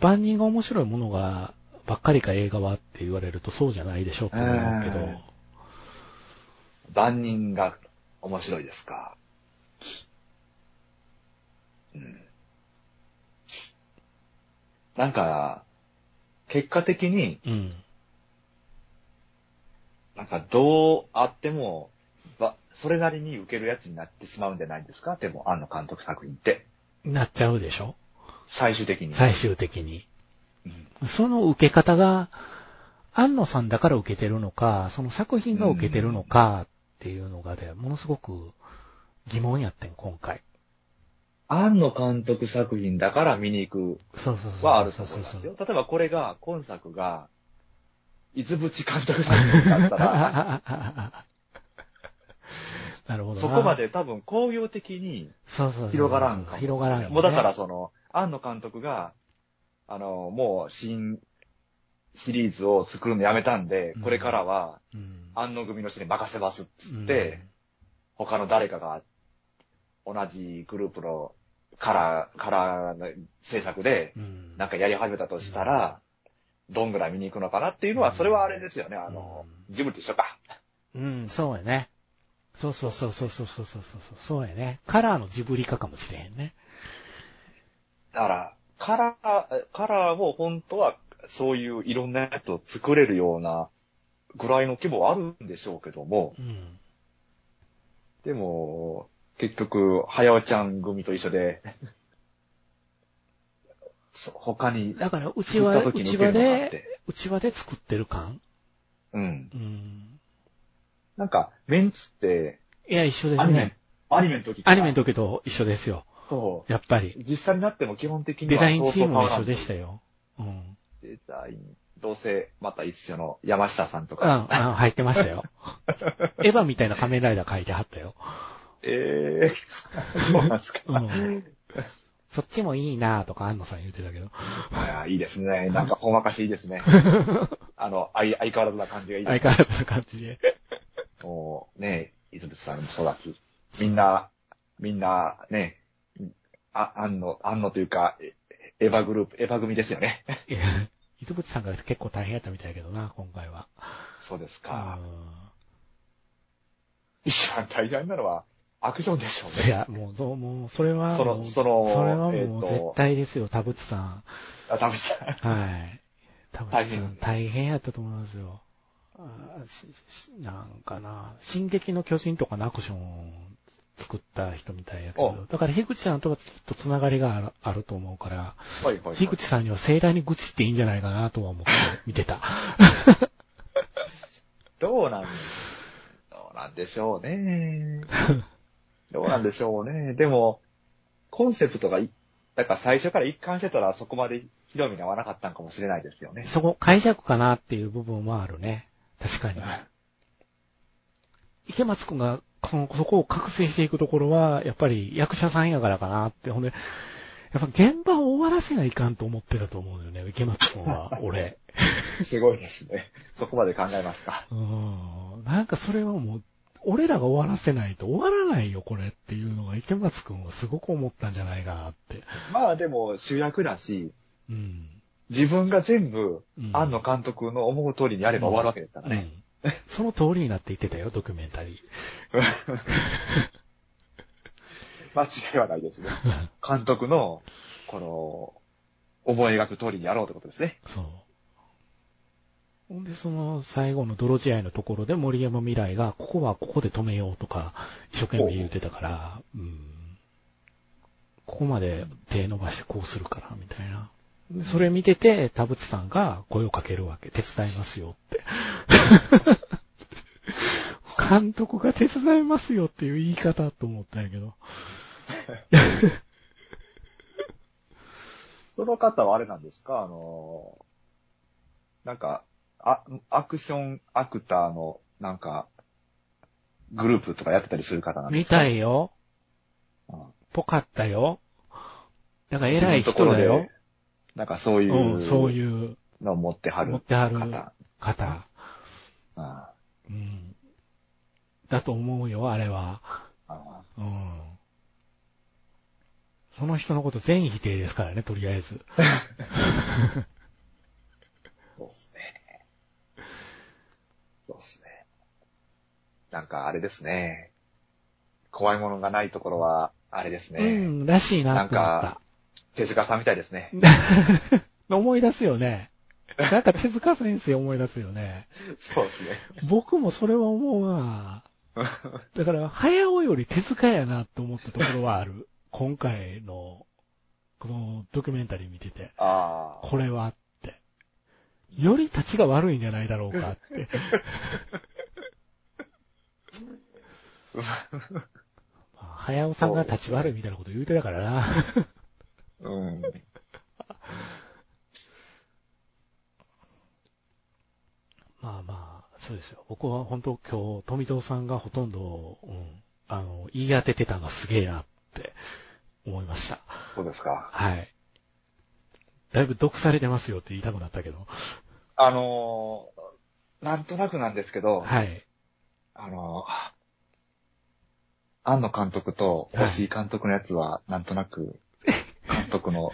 Speaker 1: 万人が面白いものが、ばっかりか映画はって言われるとそうじゃないでしょって思うけ
Speaker 2: うん
Speaker 1: ど、
Speaker 2: 万人が面白いですか。うん。なんか、結果的に、
Speaker 1: うん。
Speaker 2: なんかどうあっても、ば、それなりに受けるやつになってしまうんじゃないですかでも、庵野監督作品って。
Speaker 1: なっちゃうでしょ
Speaker 2: 最終的に。
Speaker 1: 最終的に。
Speaker 2: うん
Speaker 1: その受け方が、安野さんだから受けてるのか、その作品が受けてるのかっていうのがで、ものすごく疑問やってん、今回。
Speaker 2: 庵野監督作品だから見に行
Speaker 1: そうそう
Speaker 2: くはあると
Speaker 1: そうそ
Speaker 2: 思いうます
Speaker 1: そ
Speaker 2: よ。
Speaker 1: う。
Speaker 2: 例えばこれが、今作が、伊豆淵監督作品だった ら、
Speaker 1: なるほどな。
Speaker 2: そこま。で多分工業的に
Speaker 1: そうそうそう
Speaker 2: 広がらんかも
Speaker 1: 広がらんよね、
Speaker 2: もうだからその、庵野監督が、あの、もう新シリーズを作るのやめたんで
Speaker 1: うん、
Speaker 2: これからは
Speaker 1: うん、
Speaker 2: 庵野組の人に任せますっつ
Speaker 1: うん、
Speaker 2: って、他の誰かが同じグループのカラー、カラーの制作で
Speaker 1: うん、
Speaker 2: なんかやり始めたとしたら、どんぐらい見に行くのかなっていうのは、それはあれですよね、あの、ジブリと一緒か。
Speaker 1: うん、そうやね。そうそうそうそうそうそうそうそうそうやね。カラーのジブリ化かもしれへんね。
Speaker 2: だから、カラー、カラーを本当は、そういういろんなやつを作れるようなぐらいの規模はあるんでしょうけども、
Speaker 1: うん。
Speaker 2: でも、結局、はやおちゃん組と一緒で、 そ他に、
Speaker 1: だから、うち
Speaker 2: 作った
Speaker 1: は、
Speaker 2: 時
Speaker 1: う
Speaker 2: に
Speaker 1: ち
Speaker 2: 受け
Speaker 1: わ
Speaker 2: るのがあっ
Speaker 1: で、
Speaker 2: て。
Speaker 1: うちわで作ってる感
Speaker 2: うん。
Speaker 1: うん。
Speaker 2: なんか、メンツって、
Speaker 1: いや、一緒で
Speaker 2: ア
Speaker 1: す
Speaker 2: ニメ
Speaker 1: ね。、
Speaker 2: アニメの時
Speaker 1: アニメの
Speaker 2: と
Speaker 1: 時と一緒ですよ。
Speaker 2: そう。
Speaker 1: やっぱり。
Speaker 2: 実際になっても基本的には
Speaker 1: デザインチームも
Speaker 2: 相当変わら
Speaker 1: 一
Speaker 2: ん
Speaker 1: 緒でしたよ。うん。
Speaker 2: デザイン、どうせ、また一緒の山下さんと
Speaker 1: うん、うん
Speaker 2: か。
Speaker 1: 入ってました よ。エヴァみたいな仮面ライダー書いてはったよ。
Speaker 2: ええー、 そうなんですか。
Speaker 1: うん。そっちもいいなぁとか、安野さん言ってたけど。
Speaker 2: あーいいで すね。なんかほんわかしいですね。あの、相相変わらずな感じがいい
Speaker 1: 相
Speaker 2: で
Speaker 1: 変わらずの感じで。
Speaker 2: す。もう、ね、伊豆さんもそうだし、みんな、みんな、ね、あ、あんの、あんのというか、エエヴァグループ、エヴァ組ですよね。
Speaker 1: いや伊豆淵さんが結構大変やったみたいやけどな、今回は。
Speaker 2: そうですか。
Speaker 1: う
Speaker 2: 一番大変なのは、アクションでしょ
Speaker 1: ん。
Speaker 2: う
Speaker 1: い
Speaker 2: ね。
Speaker 1: や、もう、そうもう、それは
Speaker 2: そ
Speaker 1: も
Speaker 2: の、
Speaker 1: う、
Speaker 2: その、
Speaker 1: それは
Speaker 2: え
Speaker 1: も
Speaker 2: ー
Speaker 1: う
Speaker 2: と
Speaker 1: 絶対ですよ、田淵さん。
Speaker 2: あ、ダメだ。
Speaker 1: はい。田淵さん大
Speaker 2: 大変
Speaker 1: 変やったと思いますよ。あーししなんかな、進撃の巨人とかのアクションを作った人みたいやけど
Speaker 2: お、
Speaker 1: だから樋口さんとはちょっとつながりがあるあると思うから、
Speaker 2: はいはいはい
Speaker 1: 樋口さんには盛大に愚痴っていいんじゃないかなとは思って見てた。
Speaker 2: どうなん、どうなんでしょう ね。どうなんでしょうね。でも、コンセプトがい、だから最初から一貫してたらそこまでひどみに合わなかったんかもしれないですよ ね。
Speaker 1: そこ解釈かなっていう部分はあるね。確かに。池松くんが、その、そこを覚醒していくところは、やっぱり役者さんやからかなって、ほんで、やっぱ現場を終わらせないかんと思ってたと思うんだよね、池松くんは、俺。
Speaker 2: すごいですね。そこまで考えますか。
Speaker 1: うん。なんかそれはもう、俺らが終わらせないと終わらないよ、これっていうのが池松くんはすごく思ったんじゃないかなって。
Speaker 2: まあでも主役だし、
Speaker 1: うん。
Speaker 2: 自分が全部、
Speaker 1: うん
Speaker 2: 庵野監督の思う通りにやれば終わるわけですからね。
Speaker 1: うん。その通りになって言ってたよ、ドキュメンタリー。
Speaker 2: 間違いはないですね。監督の、この、思い描く通りにやろうってことですね。
Speaker 1: そう。ほんで、その、最後の泥仕合のところで森山未来が、ここはここで止めようとか、一生懸命言ってたから、うん。ここまで手伸ばしてこうするから、みたいな。でそれ見てて、田淵さんが声をかけるわけ。手伝いますよって。 監督が手伝いますよっていう言い方と思ったんやけど。
Speaker 2: その方はあれなんですかあのー、なんか、あ、アクションアクターの、なんか、グループとかやってたりする方なんで
Speaker 1: み
Speaker 2: すか
Speaker 1: たいよ。
Speaker 2: うん
Speaker 1: ぽかったよ。なんか偉い人だ
Speaker 2: 自分のところ
Speaker 1: よ
Speaker 2: で。なんかそうい
Speaker 1: うん、そう
Speaker 2: う
Speaker 1: いう、
Speaker 2: のを持っては
Speaker 1: 持
Speaker 2: る
Speaker 1: ってある
Speaker 2: 方。
Speaker 1: 方。
Speaker 2: あ
Speaker 1: うん。だと思うよ、あれは。
Speaker 2: あ
Speaker 1: うん。その人のこと全否定ですからね、とりあえず。
Speaker 2: そうっすね。そうっすね。なんかあれですね。怖いものがないところは、あれですね。
Speaker 1: うん、らしいなって思
Speaker 2: なん
Speaker 1: っ
Speaker 2: か手塚さんみたいですね。
Speaker 1: た。 思い出すよね。なんか手塚先生思い出すよね。
Speaker 2: そうですね。
Speaker 1: 僕もそれは思うなだから、早尾より手塚やなって思ったところはある。今回の、このドキュメンタリー見てて、
Speaker 2: ああ。
Speaker 1: これはって。より立ちが悪いんじゃないだろうか って。まあ早尾さんが立ち悪いみたいなこと言うてたからな。
Speaker 2: うん。
Speaker 1: まあまあ、そうですよ。僕は本当今日、富蔵さんがほとんど、うん、あの、言い当ててたのがすげえなって思いました。
Speaker 2: そうですか。
Speaker 1: はい。だいぶ毒されてますよって言いたくなったけど。
Speaker 2: あのーなんとなくなんですけど、
Speaker 1: はい。
Speaker 2: あのー庵野監督と星井監督のやつは、なんとなく、監督の、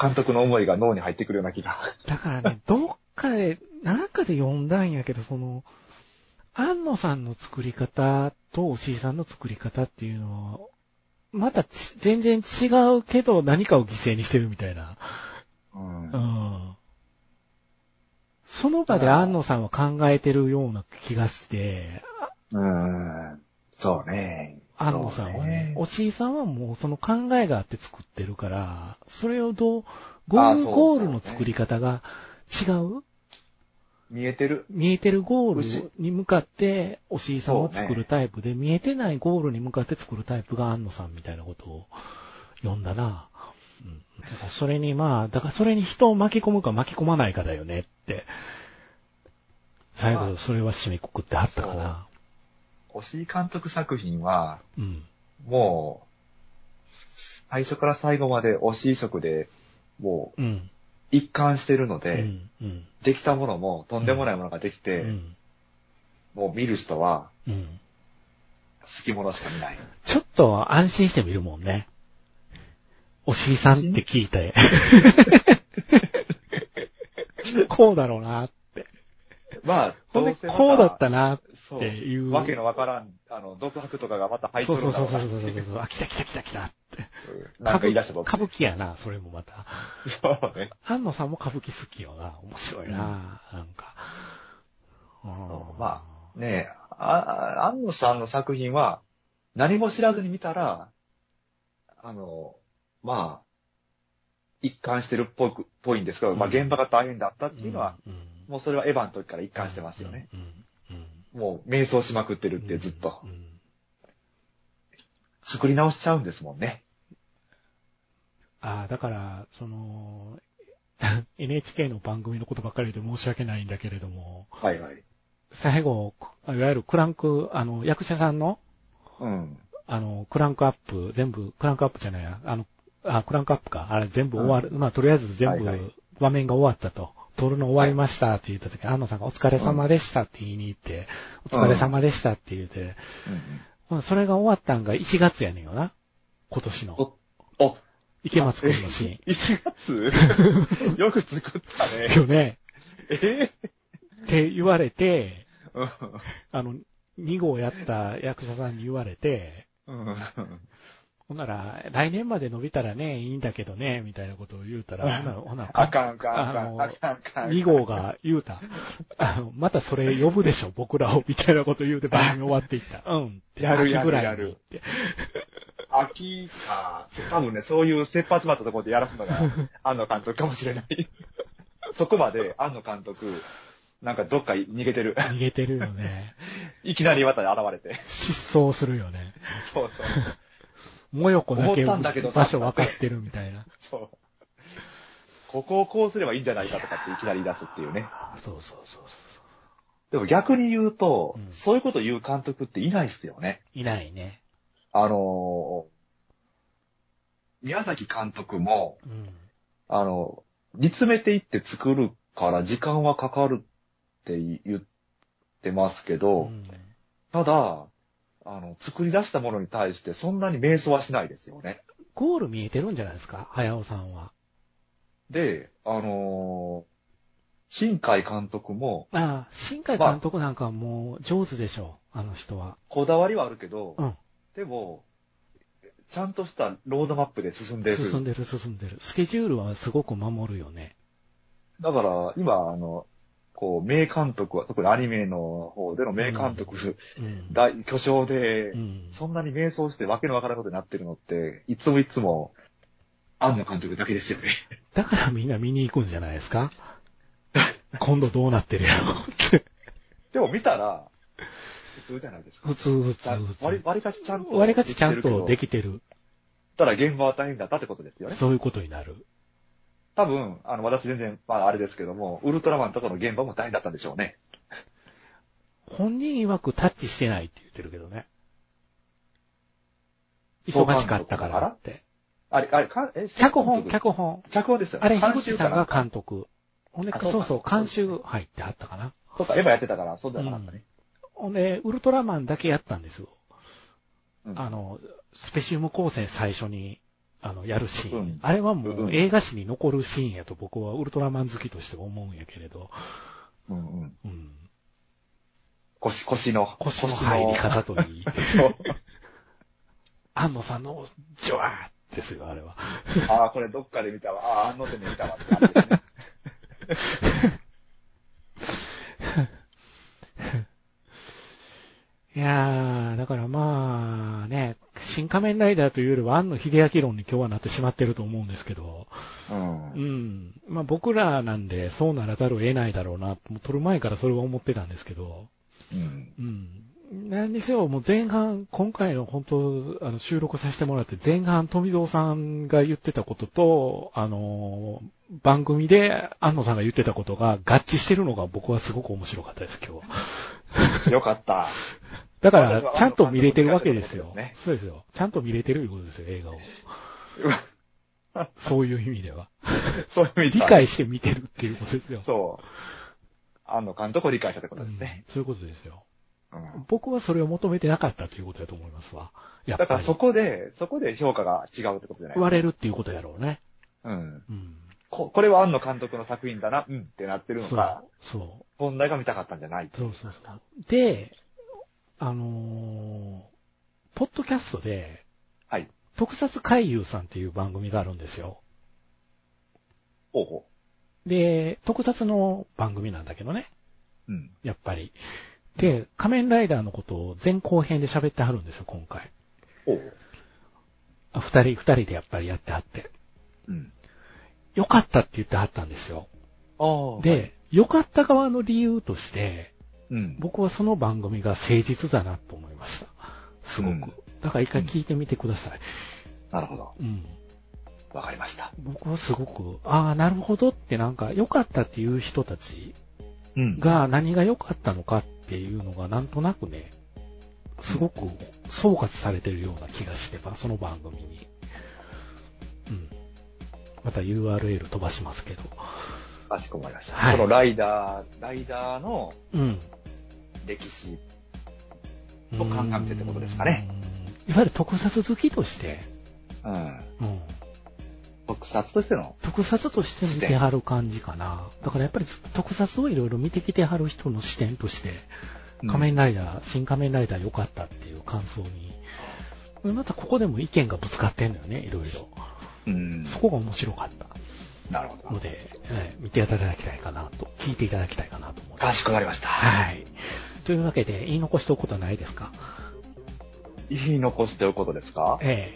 Speaker 2: 監督の思いが脳に入ってくるような気が。
Speaker 1: だから ね、どっかで、なんかで読んだんやけど、その、安野さんの作り方と押井さんの作り方っていうのは、またち全然違うけど何かを犠牲にしてるみたいな。
Speaker 2: うん
Speaker 1: うんその場で安野さんは考えてるような気がして、
Speaker 2: うーんそうね。
Speaker 1: 安野さんはね、
Speaker 2: そう
Speaker 1: おしいさんはもうその考えがあって作ってるから、それをどう、ゴ
Speaker 2: あ
Speaker 1: ー
Speaker 2: ー
Speaker 1: ル、
Speaker 2: そう
Speaker 1: ゴールの作り方が違う
Speaker 2: 見えてる。
Speaker 1: 見えてるゴ
Speaker 2: う
Speaker 1: ー
Speaker 2: し
Speaker 1: ルに向かって、おしいさんは作るタイプで、見えてないゴールに向かって作るタイプが安野さんみたいなことを呼んだな。うん、だからそれにまあ、だからそれに人を巻き込むか巻き込まないかだよねって。最
Speaker 2: ま
Speaker 1: 後、
Speaker 2: あ
Speaker 1: それは締めくくってあったかな。
Speaker 2: 星井監督作品は、
Speaker 1: うん。
Speaker 2: もう、最初から最後まで押井色で、もう
Speaker 1: うん。
Speaker 2: 一貫してるの
Speaker 1: う
Speaker 2: で、
Speaker 1: ん。うん。
Speaker 2: できたものもとんでもないものができて、
Speaker 1: うん。
Speaker 2: もう見る人は
Speaker 1: うん。
Speaker 2: 好きものしか見 ない。
Speaker 1: ちょっと安心して見るもんね。おしりさんって聞いて。こうだろうな。
Speaker 2: まあ、
Speaker 1: ほん
Speaker 2: ど
Speaker 1: で、
Speaker 2: うせま
Speaker 1: こうだったなっ
Speaker 2: そう
Speaker 1: ていう。
Speaker 2: わけのわからん、あの、独白とかがまた入っ
Speaker 1: そ
Speaker 2: と
Speaker 1: う
Speaker 2: るん
Speaker 1: そう
Speaker 2: だ
Speaker 1: そう
Speaker 2: ろう
Speaker 1: そ
Speaker 2: な
Speaker 1: うそうそうそう。あ、来た来た来た来たって。
Speaker 2: うんなんか言い出した僕。
Speaker 1: 歌舞伎やな、それもまた。
Speaker 2: そうね。
Speaker 1: 安野さんも歌舞伎好きよな。面白いな、なんか。うん
Speaker 2: そうまねえ、あ、あ安野さんの作品は、何も知らずに見たら、あの、まあ、一貫してるっぽく、ぽいんですけど、まあ
Speaker 1: うん
Speaker 2: 現場が大変だったっていうのは、
Speaker 1: うん、
Speaker 2: もうそれはエヴァの時から一貫してますよね。。
Speaker 1: うん。うん
Speaker 2: もう迷走しまくって
Speaker 1: う
Speaker 2: る
Speaker 1: ん
Speaker 2: ってずっと
Speaker 1: う。ん
Speaker 2: 作り直しちゃうんですもんね。
Speaker 1: ああ、だから、その、NHK の番組のことばっかりで申し訳ないんだけれども、
Speaker 2: はいはい。
Speaker 1: 最後、いわゆるクランク、あの、役者さんの
Speaker 2: うん。
Speaker 1: あの、クランクアップ、全部、クランクアップじゃないや、あの、あ、クランクアップか。あれ全部終わる。まあ、とりあえず全
Speaker 2: はいはい
Speaker 1: 部、場面が終わったと。撮るの終わりましたって言った時、安野さんがお疲れ様でしたって言いに行って、
Speaker 2: うん
Speaker 1: お疲れ様でしたって言って、まあ、それが終わったんが1月やねんよな。今年の。
Speaker 2: うん、お、
Speaker 1: 池松くんの シ
Speaker 2: 1月よく作った
Speaker 1: ーン。
Speaker 2: ね。
Speaker 1: よね。
Speaker 2: え
Speaker 1: って言われて、
Speaker 2: ー
Speaker 1: あの、2号やった役者さんに言われて、
Speaker 2: うん。
Speaker 1: ほんなら、来年まで伸びたらね、いいんだけどね、みたいなことを言うたら、ほな、ほな、
Speaker 2: あかんあかんあ
Speaker 1: あ
Speaker 2: かん。
Speaker 1: の
Speaker 2: あかんあかん。
Speaker 1: 2号が言うた。あの、またそれ呼ぶでしょ、僕らを、みたいなこと言うて番組終わっていった。うん。って
Speaker 2: やる
Speaker 1: 秋ぐらいに
Speaker 2: やるやる
Speaker 1: って
Speaker 2: 秋か。多分ね、そういう切羽詰まったところでやらすの が、安野監督かもしれない。そこまで、安野監督、なんかどっか逃げてる。
Speaker 1: 逃げてるよね。
Speaker 2: いきなりまた現れて。
Speaker 1: 失踪するよね。
Speaker 2: そうそう。
Speaker 1: もよこだけ
Speaker 2: 思ったんだけどさ
Speaker 1: 場所分かってるみたいな。
Speaker 2: そう。ここをこうすればいいんじゃないかとかっていきなり出すっていうね。
Speaker 1: そうそうそうそう。
Speaker 2: でも逆に言うと、
Speaker 1: うん
Speaker 2: そういうこと言う監督っていないっすよね。
Speaker 1: いないね。
Speaker 2: あのー宮崎監督も、
Speaker 1: うん。
Speaker 2: あの、煮詰めていって作るから時間はかかるって言ってますけど、
Speaker 1: うん
Speaker 2: ただ、あの、作り出したものに対してそんなに瞑想はしないですよね。
Speaker 1: ゴール見えてるんじゃないですか早尾さんは。
Speaker 2: で、あのー新海監督も、
Speaker 1: ああ、新海監督なんかはもう上手でしょう、あの人は。
Speaker 2: こだわりはあるけど、
Speaker 1: うん
Speaker 2: でも、ちゃんとしたロードマップで進んでる。
Speaker 1: 進んでる進んでる。スケジュールはすごく守るよね。
Speaker 2: だから、今、あの、こう、名監督は、特にアニメの方での名監督、
Speaker 1: うん。
Speaker 2: 大巨匠で、
Speaker 1: うん。
Speaker 2: そんなに迷走してわけのわからんことになってるのって、いつもいつも、庵野監督だけですよ ね。
Speaker 1: だからみんな見に行くんじゃないです か今度どうなってるやろうって。
Speaker 2: でも見たら、普通じゃないですか。
Speaker 1: 普通普
Speaker 2: ちゃ
Speaker 1: 通
Speaker 2: ん
Speaker 1: 普
Speaker 2: 割り
Speaker 1: 通。
Speaker 2: 割りかしちゃんと。
Speaker 1: 割りかしちゃんとで
Speaker 2: き
Speaker 1: きてる。
Speaker 2: たら現場は大変だったってことですよね。
Speaker 1: そういうことになる。
Speaker 2: 多分、あの、私全然、まああれですけども、ウルトラマンとかの現場も大変だったんでしょうね。
Speaker 1: 本人曰くタッチしてないって言ってるけどね。
Speaker 2: そう
Speaker 1: 忙しかったからって。
Speaker 2: あれ、あれ、かえ
Speaker 1: 脚本、
Speaker 2: 脚
Speaker 1: 脚本。
Speaker 2: 脚本ですよね。
Speaker 1: あれ、樋
Speaker 2: 監
Speaker 1: 口
Speaker 2: 修
Speaker 1: さ
Speaker 2: か
Speaker 1: んが
Speaker 2: な
Speaker 1: 監督。ほんで
Speaker 2: あ、そうか
Speaker 1: そうそう、監修入ってはったかな。
Speaker 2: とか、エヴァやってたから、そうじゃなかったね。
Speaker 1: ほんで、ウルトラマンだけやったんですよ。
Speaker 2: うん
Speaker 1: あの、スペシウム光線最初に、あの、やるシーン。
Speaker 2: うん
Speaker 1: あれは
Speaker 2: う
Speaker 1: もうん映画史に残るシーンやと僕はウルトラマン好きとして思うんやけれど、
Speaker 2: うんうん。
Speaker 1: うん。
Speaker 2: 腰、腰の。
Speaker 1: 腰の入り方といい。
Speaker 2: そう。
Speaker 1: 安野さんの、ジョワーですよ、あれは。
Speaker 2: ああ、これどっかで見たわ。ああ、あの手で見たわって感じですね。
Speaker 1: いやー、だからまあね、新仮面ライダーというよりは安野秀明論に今日はなってしまってると思うんですけど、
Speaker 2: うん
Speaker 1: う。ん。まあ僕らなんでそうならざるを得ないだろうな、もう撮る前からそれは思ってたんですけど、
Speaker 2: うん。
Speaker 1: うん。何にせよ、もう前半、今回の本当、あの、収録させてもらって、前半、富蔵さんが言ってたことと、あのー、番組で、安野さんが言ってたことが合致してるのが僕はすごく面白かったです、今日は。
Speaker 2: よかった。
Speaker 1: だか
Speaker 2: 私は
Speaker 1: ら、ちゃんと見れてるわけです
Speaker 2: 安
Speaker 1: よ
Speaker 2: 野さんの。
Speaker 1: そうですよ。ちゃんと見れてるいうことですよ、映画を。そういう意味で は。
Speaker 2: そういう意
Speaker 1: 理
Speaker 2: 味では
Speaker 1: 解して見てるっていうことですよ。
Speaker 2: そう。安野監督を理解したってこ
Speaker 1: う
Speaker 2: とです
Speaker 1: ん
Speaker 2: ね。
Speaker 1: そういうことですよ。
Speaker 2: うん
Speaker 1: 僕はそれを求めてなかったということだと思いますわ。やっ
Speaker 2: だか
Speaker 1: ぱ
Speaker 2: ら
Speaker 1: り
Speaker 2: そ。こで、そこで評価が違うってことじゃない
Speaker 1: 割れるっていうことやろうね。
Speaker 2: うん。
Speaker 1: うん。
Speaker 2: ここれは安野監督の作品だな、うんってなってるの
Speaker 1: そう
Speaker 2: が、。
Speaker 1: そ。。
Speaker 2: 本題が見たかったんじゃないう
Speaker 1: そうそうそう。で、あのーポッドキャストで、
Speaker 2: はい。
Speaker 1: 特撮回遊さんっていう番組があるんですよ。
Speaker 2: ほうほ
Speaker 1: で、特撮の番組なんだけどね。
Speaker 2: う。うん。
Speaker 1: やっぱり。で、仮面ライダーのことを前後編で喋ってはるんですよ、今回。
Speaker 2: ほうほう。
Speaker 1: あ二人、二人でやっぱりやってはって。
Speaker 2: うん。
Speaker 1: 良かったって言ってはったんですよ。
Speaker 2: ああ。、
Speaker 1: で、良かった側の理由として、
Speaker 2: うん。
Speaker 1: 僕はその番組が誠実だなと思いました。すごく。
Speaker 2: うん
Speaker 1: だから一回聞いてみてください。
Speaker 2: なるほど。
Speaker 1: うん。
Speaker 2: わかりました。
Speaker 1: 僕はすごく、ああ、なるほどってなんか良かったっていう人たち
Speaker 2: うん。
Speaker 1: が何が良かったのかっていうのがなんとなくね、すごく総括されてるような気がしてば、その番組に。うん。また URL 飛ばしますけど。
Speaker 2: かしこまりました。
Speaker 1: はい
Speaker 2: そのライダー、ライダーの
Speaker 1: うん。
Speaker 2: 歴史。と鑑みてってことですかね
Speaker 1: うん。いわゆる特撮好きとして、
Speaker 2: うん。
Speaker 1: うん。
Speaker 2: 特撮としての。
Speaker 1: 特撮として見てはる感じかな。だからやっぱり特撮をいろいろ見てきてはる人の視点として、
Speaker 2: うん
Speaker 1: 仮面ライダー、新仮面ライダー良かったっていう感想に、またここでも意見がぶつかってんのよね、いろいろ。
Speaker 2: うん。
Speaker 1: そこが面白かった
Speaker 2: なるほ
Speaker 1: の
Speaker 2: ど。
Speaker 1: で、えー見ていただきたいかなと、聞いていただきたいかなと思いま
Speaker 2: か
Speaker 1: す。
Speaker 2: しこまりました。
Speaker 1: はい。というわけで、言い残しておくことはないですか
Speaker 2: 言い残しておくことですか
Speaker 1: え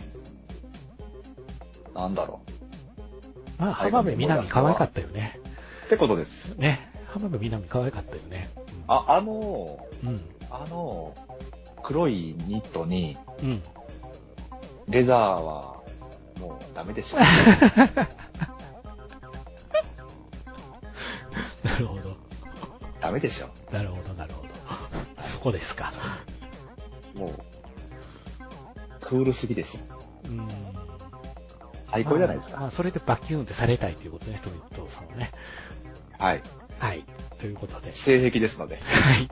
Speaker 2: なんだろ
Speaker 1: えまあ、浜辺美波可愛かったよね。
Speaker 2: う。ってことです。
Speaker 1: ね。浜辺美波可愛かったよね。うん、
Speaker 2: あ、あの、
Speaker 1: うん。
Speaker 2: あの、黒いニットに、
Speaker 1: うん。
Speaker 2: レザーは、もうダ メでした。
Speaker 1: なるほど。
Speaker 2: ダメでしょ。
Speaker 1: なるほど、な るほど。そこですか。
Speaker 2: もう、クールすぎでしょ。
Speaker 1: うん。
Speaker 2: 最高じゃないで
Speaker 1: ま
Speaker 2: す
Speaker 1: あ、ま
Speaker 2: か。
Speaker 1: あそれでバキューンってされたいということね、トリプトさんはね。
Speaker 2: はい。
Speaker 1: はい。ということで。
Speaker 2: 性癖ですので。
Speaker 1: はい。